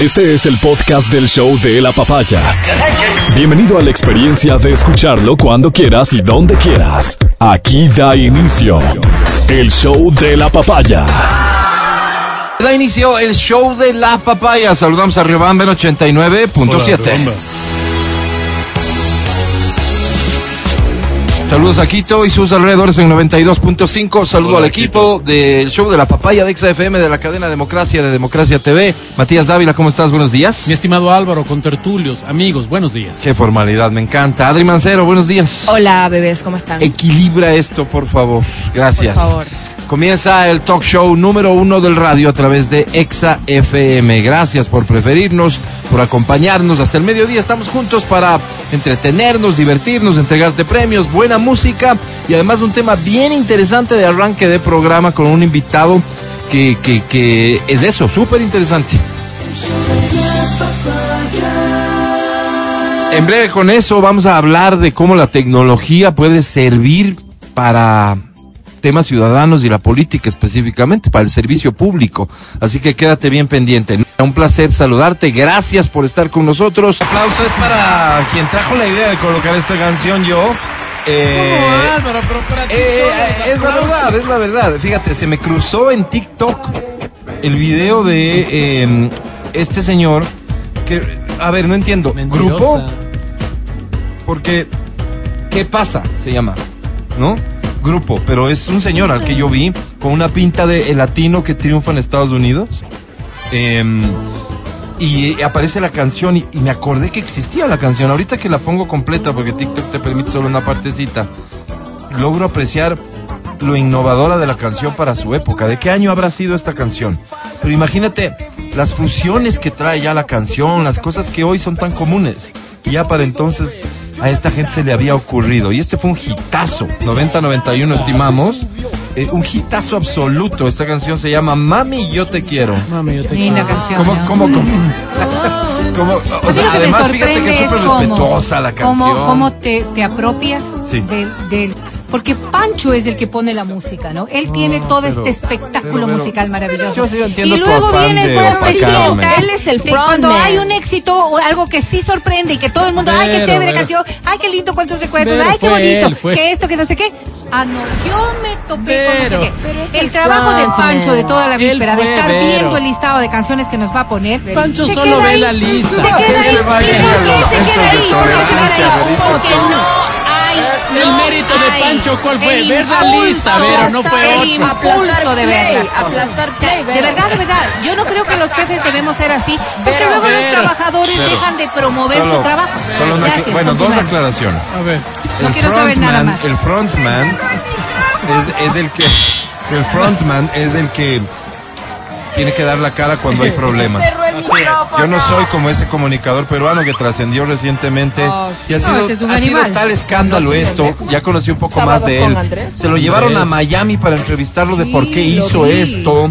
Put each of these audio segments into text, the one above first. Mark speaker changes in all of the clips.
Speaker 1: Este es el podcast del show de la papaya. Bienvenido a la experiencia de escucharlo cuando quieras y donde quieras. Aquí da inicio el show de la papaya.
Speaker 2: Da inicio el show de la papaya. Saludamos a Riobamba en 89.7. Saludos a Quito y sus alrededores en 92.5. Saludo al equipo del show de la papaya de XFM de la cadena Democracia de Democracia TV. Matías Dávila, ¿cómo estás? Buenos días.
Speaker 3: Mi estimado Álvaro, con tertulios, amigos, buenos días.
Speaker 2: Qué formalidad, me encanta. Adri Mancero, buenos días.
Speaker 4: Hola bebés, ¿cómo están?
Speaker 2: Equilibra esto, por favor. Gracias.
Speaker 4: Por favor.
Speaker 2: Comienza el talk show número uno del radio a través de Exa FM. Gracias por preferirnos, por acompañarnos. Hasta el mediodía estamos juntos para entretenernos, divertirnos, entregarte premios, buena música y además un tema bien interesante de arranque de programa con un invitado que, que, que es eso, súper interesante. En breve con eso vamos a hablar de cómo la tecnología puede servir para temas ciudadanos y la política específicamente, para el servicio público. Así que quédate bien pendiente. Un placer saludarte, gracias por estar con nosotros. Aplausos para quien trajo la idea de colocar esta canción yo.
Speaker 3: No, Álvaro, pero para ti
Speaker 2: Eh,
Speaker 3: solo,
Speaker 2: eh, es la
Speaker 3: aplausos.
Speaker 2: verdad, es la verdad. Fíjate, se me cruzó en TikTok el video de eh, este señor que, a ver, no entiendo.
Speaker 3: Mentirosa.
Speaker 2: Grupo, porque ¿qué pasa? Se llama, ¿no? Grupo, pero es un señor al que yo vi con una pinta de el latino que triunfa en Estados Unidos. Em, y aparece la canción y, y me acordé que existía la canción. Ahorita que la pongo completa porque TikTok te permite solo una partecita logro apreciar lo innovadora de la canción para su época. ¿De qué año habrá sido esta canción? Pero imagínate las fusiones que trae ya la canción, las cosas que hoy son tan comunes. Y ya para entonces a esta gente se le había ocurrido. Y este fue un hitazo. 90-91 estimamos. Eh, un hitazo absoluto. Esta canción se llama Mami, yo te quiero.
Speaker 3: Mami, yo te
Speaker 4: Linda
Speaker 3: quiero.
Speaker 4: canción.
Speaker 2: ah. ¿Cómo,
Speaker 4: ¿no?
Speaker 2: cómo, cómo? Cómo- o
Speaker 4: A mí
Speaker 2: sea,
Speaker 4: Pues lo que me
Speaker 2: además, fíjate que
Speaker 4: sorprende
Speaker 2: es súper
Speaker 4: cómo-
Speaker 2: respetuosa la canción.
Speaker 4: Cómo, cómo te, te apropias
Speaker 2: Sí.
Speaker 4: del, del- Porque Pancho es el que pone la música, ¿no? Él tiene todo
Speaker 2: pero-
Speaker 4: este espectáculo
Speaker 2: pero- pero-
Speaker 4: musical maravilloso.
Speaker 2: Yo sí entiendo
Speaker 4: y
Speaker 2: tu
Speaker 4: luego
Speaker 2: afán
Speaker 4: viene
Speaker 2: de
Speaker 4: cuando
Speaker 2: opacarme.
Speaker 4: resulta-
Speaker 5: Él es el
Speaker 4: sí, Cuando
Speaker 5: frontman.
Speaker 4: hay un éxito o algo que sí sorprende y que todo el mundo, ay, qué
Speaker 3: Pero,
Speaker 4: chévere
Speaker 3: pero-
Speaker 4: canción, ay, qué lindo, cuántos recuerdos,
Speaker 3: Pero
Speaker 4: ay, qué
Speaker 3: fue
Speaker 4: bonito,
Speaker 3: él, fue-
Speaker 4: que esto, que no sé qué. Ah, no, yo me topé
Speaker 3: Pero-
Speaker 4: con no sé qué.
Speaker 5: Pero es
Speaker 4: el
Speaker 5: el
Speaker 4: trabajo de
Speaker 5: frontman.
Speaker 4: Pancho de toda la
Speaker 3: Él
Speaker 4: víspera, de
Speaker 3: fue
Speaker 4: estar
Speaker 3: Vero.
Speaker 4: viendo el listado de canciones que nos va a poner.
Speaker 3: Pancho
Speaker 4: Se
Speaker 3: solo
Speaker 4: queda
Speaker 3: ve
Speaker 4: ahí,
Speaker 3: la lista.
Speaker 4: Se queda ahí.
Speaker 2: Ese va a ir
Speaker 4: ¿Y por qué
Speaker 2: a
Speaker 4: se
Speaker 2: los
Speaker 4: queda ahí?
Speaker 2: actos de
Speaker 4: Porque se queda
Speaker 2: tolerancia,
Speaker 4: ahí.
Speaker 2: Verito.
Speaker 4: Porque no hay.
Speaker 3: El
Speaker 4: no
Speaker 3: mérito de
Speaker 4: hay.
Speaker 3: Pancho, ¿cuál fue?
Speaker 4: El
Speaker 3: Ver la lista,
Speaker 4: impulso,
Speaker 3: Vero, no fue
Speaker 4: El
Speaker 3: otro.
Speaker 4: impulso de ver las cosas.
Speaker 5: Aplastar
Speaker 4: O sea,
Speaker 5: play,
Speaker 4: de verdad, de verdad, yo no creo que los jefes debemos ser así, porque
Speaker 5: Vero,
Speaker 4: luego los
Speaker 3: Vero.
Speaker 4: trabajadores
Speaker 2: Vero.
Speaker 4: dejan de promover su trabajo.
Speaker 2: solo una acla-
Speaker 4: Gracias,
Speaker 2: bueno, dos
Speaker 4: continuemos.
Speaker 2: aclaraciones.
Speaker 3: A ver,
Speaker 4: No
Speaker 2: el
Speaker 4: quiero saber nada más.
Speaker 2: El frontman es, es el que el frontman es el que tiene que dar la cara cuando hay problemas. Yo no soy como ese comunicador peruano que trascendió recientemente y ha
Speaker 4: Oh, No,
Speaker 2: sido,
Speaker 4: ese es un
Speaker 2: ha sido
Speaker 4: animal.
Speaker 2: tal escándalo esto, ya conocí un poco más de él. Se lo llevaron a Miami para entrevistarlo de por qué
Speaker 4: Sí, lo
Speaker 2: hizo
Speaker 4: vi.
Speaker 2: esto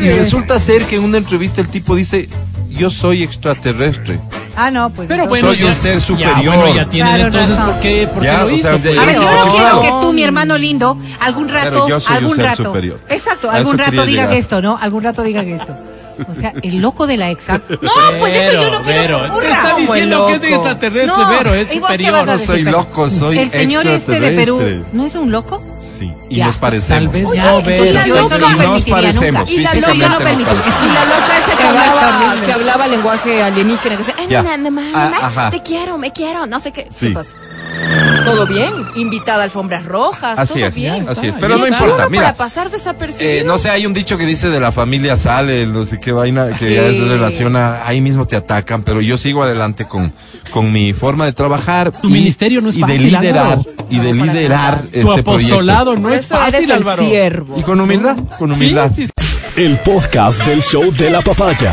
Speaker 2: y resulta ser que en una entrevista el tipo dice, "Yo soy extraterrestre."
Speaker 4: Ah, no, pues.
Speaker 3: pero
Speaker 4: entonces-
Speaker 3: bueno.
Speaker 2: Soy un
Speaker 3: ya-
Speaker 2: ser
Speaker 3: ya,
Speaker 2: superior.
Speaker 3: bueno, ya tienen
Speaker 4: Claro,
Speaker 3: entonces,
Speaker 4: razón.
Speaker 3: ¿por qué, por qué
Speaker 2: Ya,
Speaker 3: lo
Speaker 2: o
Speaker 3: hizo?
Speaker 2: sea, de- este
Speaker 3: Pues,
Speaker 4: A ver, yo no
Speaker 2: Pero
Speaker 4: quiero
Speaker 2: claro.
Speaker 4: que tú, mi hermano lindo, algún rato,
Speaker 2: Pero yo soy un
Speaker 4: algún
Speaker 2: ser
Speaker 4: rato.
Speaker 2: superior.
Speaker 4: Exacto,
Speaker 2: A
Speaker 4: algún
Speaker 2: eso quería
Speaker 4: rato digan
Speaker 2: llegar.
Speaker 4: esto, ¿no? Algún rato digan esto. O sea, el loco de la exa. No, pues eso yo
Speaker 3: Vero,
Speaker 4: no quiero
Speaker 3: Vero,
Speaker 4: que
Speaker 3: te
Speaker 4: ocurra.
Speaker 3: está
Speaker 5: Como el
Speaker 3: diciendo que es
Speaker 5: loco.
Speaker 3: extraterrestre,
Speaker 4: No,
Speaker 3: Vero, es
Speaker 4: ¿y vos qué
Speaker 3: superior.
Speaker 4: vas a
Speaker 2: No soy
Speaker 4: decir?
Speaker 2: loco, soy
Speaker 4: El señor este de Perú, ¿no es un loco?
Speaker 2: Sí, y
Speaker 4: Ya.
Speaker 2: nos parecemos.
Speaker 3: Tal vez
Speaker 4: Oye,
Speaker 3: no,
Speaker 4: entonces
Speaker 3: Vero.
Speaker 4: yo
Speaker 3: tal
Speaker 4: no
Speaker 3: vez no.
Speaker 4: lo permitiría nunca.
Speaker 2: parecemos,
Speaker 5: Y la
Speaker 2: físicamente
Speaker 5: loca no
Speaker 2: nos
Speaker 4: permite.
Speaker 2: parecemos.
Speaker 5: Y la loca esa que
Speaker 4: Qué
Speaker 5: hablaba,
Speaker 4: bárbaro.
Speaker 5: que hablaba lenguaje alienígena, que decía, "Ay,
Speaker 2: Ya.
Speaker 5: nana, mamá,
Speaker 2: Ah,
Speaker 5: mamá,
Speaker 2: ajá.
Speaker 5: te quiero, me quiero, no sé qué.
Speaker 2: Sí.
Speaker 5: ¿Qué pasó? Todo bien, invitada a alfombras rojas,
Speaker 2: Así
Speaker 5: todo
Speaker 2: es,
Speaker 5: bien.
Speaker 2: así es.
Speaker 3: está.
Speaker 2: Pero no
Speaker 5: Y
Speaker 2: importa,
Speaker 5: uno
Speaker 2: mira.
Speaker 5: para pasar desapercibido.
Speaker 2: eh, no sé, hay un dicho que dice de la familia sale, no sé qué vaina, que
Speaker 5: Sí.
Speaker 2: ya se relaciona, ahí mismo te atacan, pero yo sigo adelante con, con mi forma de trabajar.
Speaker 3: Tu ministerio no es
Speaker 2: y
Speaker 3: fácil,
Speaker 2: de liderar,
Speaker 3: Álvaro.
Speaker 2: y de
Speaker 5: No, para
Speaker 2: liderar
Speaker 5: nada.
Speaker 2: este
Speaker 3: tu apostolado
Speaker 2: proyecto.
Speaker 3: no
Speaker 5: Por
Speaker 3: es
Speaker 5: eso
Speaker 3: fácil,
Speaker 5: eres el
Speaker 3: Álvaro.
Speaker 5: siervo.
Speaker 2: Y con humildad, con
Speaker 3: Sí,
Speaker 2: humildad.
Speaker 3: sí, sí.
Speaker 1: El podcast del show de la papaya.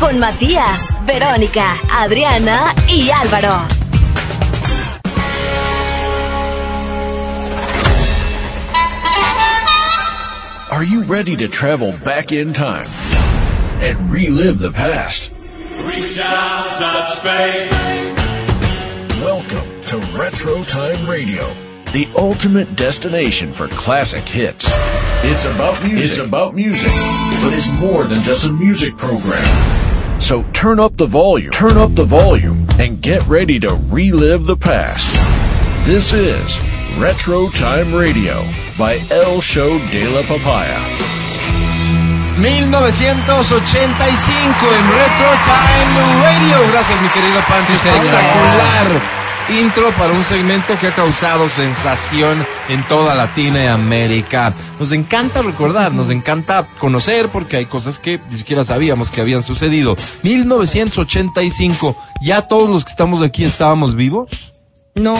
Speaker 6: con Matías, Verónica, Adriana y Álvaro.
Speaker 7: Are you ready to travel back in time and relive the past?
Speaker 8: Reach out of space.
Speaker 7: Welcome to Retro Time Radio, the ultimate destination for classic hits. It's about music. It's about music, but it's more than just a music program. So turn up the volume, turn up the volume, and get ready to relive the past. This is Retro Time Radio by El Show de la Papaya.
Speaker 2: 1985 en Retro Time Radio. Gracias, mi querido Pancho. Espectacular intro para un segmento que ha causado sensación en toda Latinoamérica. Nos encanta recordar, nos encanta conocer porque hay cosas que ni siquiera sabíamos que habían sucedido. 1985. ¿Ya todos los que estamos aquí estábamos vivos?
Speaker 5: No.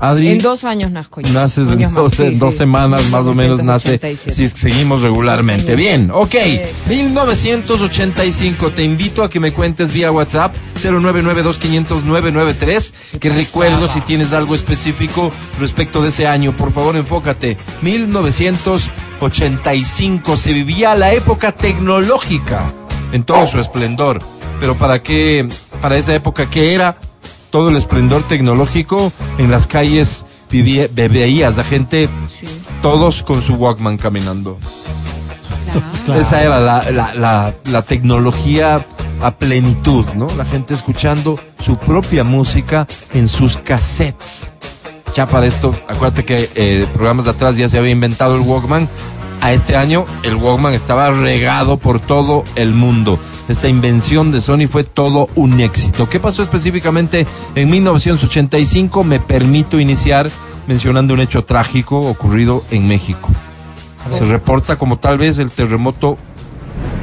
Speaker 2: Adri.
Speaker 5: En dos años nazco yo.
Speaker 2: Naces en
Speaker 5: Años más,
Speaker 2: dos,
Speaker 5: sí,
Speaker 2: en dos
Speaker 5: sí.
Speaker 2: semanas más o menos nace
Speaker 5: 1987.
Speaker 2: si seguimos regularmente. Bien, ok.
Speaker 5: Sí.
Speaker 2: 1985, te invito a que me cuentes vía WhatsApp 0992500993 que recuerdo si tienes algo específico respecto de ese año. Por favor, enfócate. 1985 se vivía la época tecnológica en todo su esplendor. Pero para qué, para esa época, ¿qué era? todo el esplendor tecnológico en las calles vivía, ve- veías a gente todos con su Walkman caminando. Esa era la, la- la- la tecnología a plenitud, ¿no? La gente escuchando su propia música en sus cassettes. Ya para esto, acuérdate que eh, programas de atrás ya se había inventado el Walkman. A este año el Walkman estaba regado por todo el mundo. Esta invención de Sony fue todo un éxito. ¿Qué pasó específicamente en 1985? Me permito iniciar mencionando un hecho trágico ocurrido en México. Se reporta como tal vez el terremoto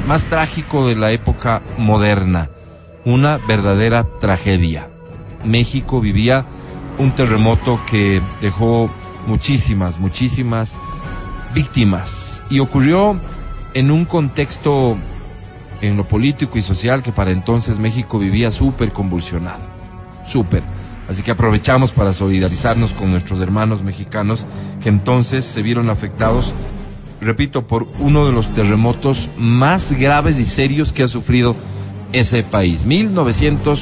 Speaker 2: más trágico de la época moderna. Una verdadera tragedia. México vivía un terremoto que dejó muchísimas, muchísimas víctimas. Y ocurrió en un contexto en lo político y social que para entonces México vivía súper convulsionado. Súper. Así que aprovechamos para solidarizarnos con nuestros hermanos mexicanos que entonces se vieron afectados, repito, por uno de los terremotos más graves y serios que ha sufrido ese país.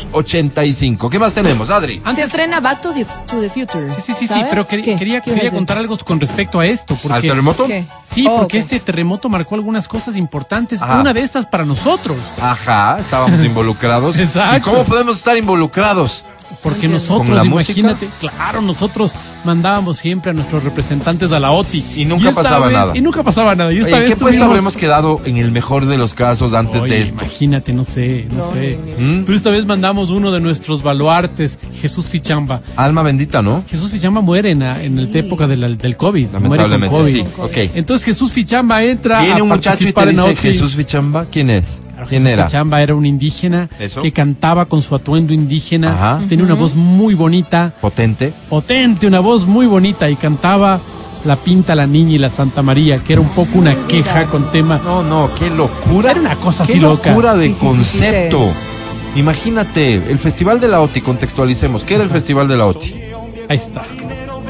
Speaker 2: 1985. ¿Qué más tenemos, Adri?
Speaker 5: Se
Speaker 3: Antes,
Speaker 5: estrena Back to the, to the Future.
Speaker 3: sí, sí, sí, sí,
Speaker 5: ¿sabes?
Speaker 3: pero quer-
Speaker 5: ¿Qué?
Speaker 3: quería,
Speaker 5: ¿Qué ibas a
Speaker 3: quería
Speaker 5: decir?
Speaker 3: contar algo con respecto a esto. Porque,
Speaker 2: ¿Al terremoto?
Speaker 5: ¿Qué?
Speaker 3: Sí,
Speaker 5: Oh,
Speaker 3: porque
Speaker 5: ok.
Speaker 3: este terremoto marcó algunas cosas importantes.
Speaker 2: Ajá.
Speaker 3: Una de estas para nosotros,
Speaker 2: Ajá, estábamos involucrados.
Speaker 3: Exacto.
Speaker 2: ¿Y cómo podemos estar involucrados?
Speaker 3: porque
Speaker 2: ¿Con la
Speaker 3: nosotros, imagínate, claro, nosotros mandábamos siempre a nuestros representantes a la OTI.
Speaker 2: Y nunca
Speaker 3: esta
Speaker 2: pasaba
Speaker 3: vez-
Speaker 2: nada.
Speaker 3: Y nunca pasaba nada. Y esta
Speaker 2: Oye, ¿en
Speaker 3: vez
Speaker 2: qué puesto
Speaker 3: tuvimos-
Speaker 2: habremos quedado en el mejor de los casos antes
Speaker 3: Oye,
Speaker 2: de esto? ¿Mm?
Speaker 3: Imagínate, no sé, no, sé. Pero esta vez mandamos uno de nuestros baluartes, Jesús Fichamba.
Speaker 2: Alma bendita, ¿no?
Speaker 3: Jesús Fichamba muere en, la- en la época de la- del COVID. muere
Speaker 2: Lamentablemente,
Speaker 3: con COVID.
Speaker 2: sí. Ok.
Speaker 3: Entonces Jesús Fichamba entra.
Speaker 2: Viene
Speaker 3: a
Speaker 2: un muchacho y te
Speaker 3: participar en la
Speaker 2: dice,
Speaker 3: OTI.
Speaker 2: Jesús Fichamba, ¿quién es?
Speaker 3: Claro,
Speaker 2: ¿Quién
Speaker 3: Jesús
Speaker 2: era?
Speaker 3: Fichamba era un indígena
Speaker 2: Eso.
Speaker 3: que cantaba con su atuendo indígena.
Speaker 2: Ajá.
Speaker 3: Tenía una voz muy bonita,
Speaker 2: Potente.
Speaker 3: potente, una voz muy bonita y cantaba La Pinta, La Niña y La Santa María, que era un poco una queja con tema.
Speaker 2: No, no, qué locura.
Speaker 3: Era una cosa
Speaker 2: qué
Speaker 3: así loca.
Speaker 2: locura de
Speaker 5: Sí, sí, sí,
Speaker 2: concepto. Imagínate, el Festival de la OTI, contextualicemos. ¿Qué era el Festival de la OTI?
Speaker 3: Ahí está.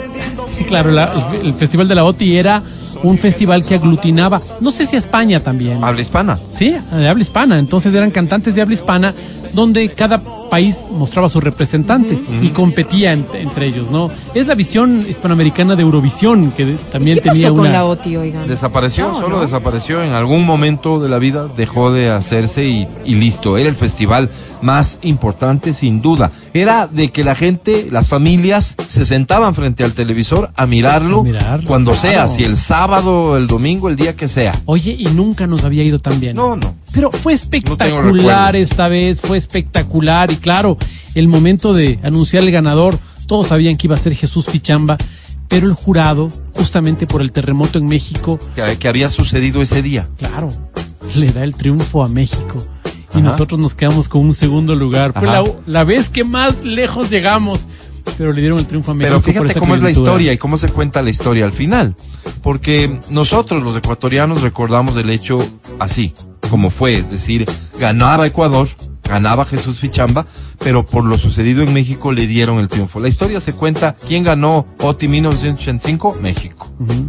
Speaker 3: Claro, la- el, el Festival de la OTI era un festival que aglutinaba, no sé si a España también.
Speaker 2: Habla hispana.
Speaker 3: Sí, de habla hispana. Entonces eran cantantes de habla hispana donde cada país mostraba su representante y competía en- entre ellos, ¿no? Es la visión hispanoamericana de Eurovisión que de- también
Speaker 5: ¿Qué
Speaker 3: tenía
Speaker 5: pasó con
Speaker 3: una
Speaker 5: la OTI, oigan?
Speaker 2: Desapareció,
Speaker 5: No,
Speaker 2: solo
Speaker 5: ¿no?
Speaker 2: desapareció. En algún momento de la vida dejó de hacerse y, y listo. Era el festival más importante, sin duda. Era de que la gente, las familias, se sentaban frente al televisor a mirarlo,
Speaker 3: A mirarlo,
Speaker 2: cuando
Speaker 3: claro.
Speaker 2: sea, si el sábado, el domingo, el día que sea.
Speaker 3: Oye, y nunca nos había ido tan bien.
Speaker 2: No, no.
Speaker 3: Pero fue espectacular
Speaker 2: recuerdo.
Speaker 3: esta vez, fue espectacular. Y claro, el momento de anunciar el ganador, todos sabían que iba a ser Jesús Fichamba, pero el jurado, justamente por el terremoto en México,
Speaker 2: Que, que había sucedido ese día.
Speaker 3: claro, le da el triunfo a México. Y
Speaker 2: Ajá.
Speaker 3: nosotros nos quedamos con un segundo lugar. Fue
Speaker 2: Ajá.
Speaker 3: la, la vez que más lejos llegamos, pero le dieron el triunfo a México.
Speaker 2: Pero
Speaker 3: por
Speaker 2: fíjate
Speaker 3: esa
Speaker 2: cómo es la
Speaker 3: coyuntura.
Speaker 2: historia y cómo se cuenta la historia al final. Porque nosotros los ecuatorianos recordamos el hecho así, como fue, es decir, ganaba Ecuador, ganaba Jesús Fichamba, pero por lo sucedido en México le dieron el triunfo. La historia se cuenta, ¿quién ganó OTI 1985? México. ¿no?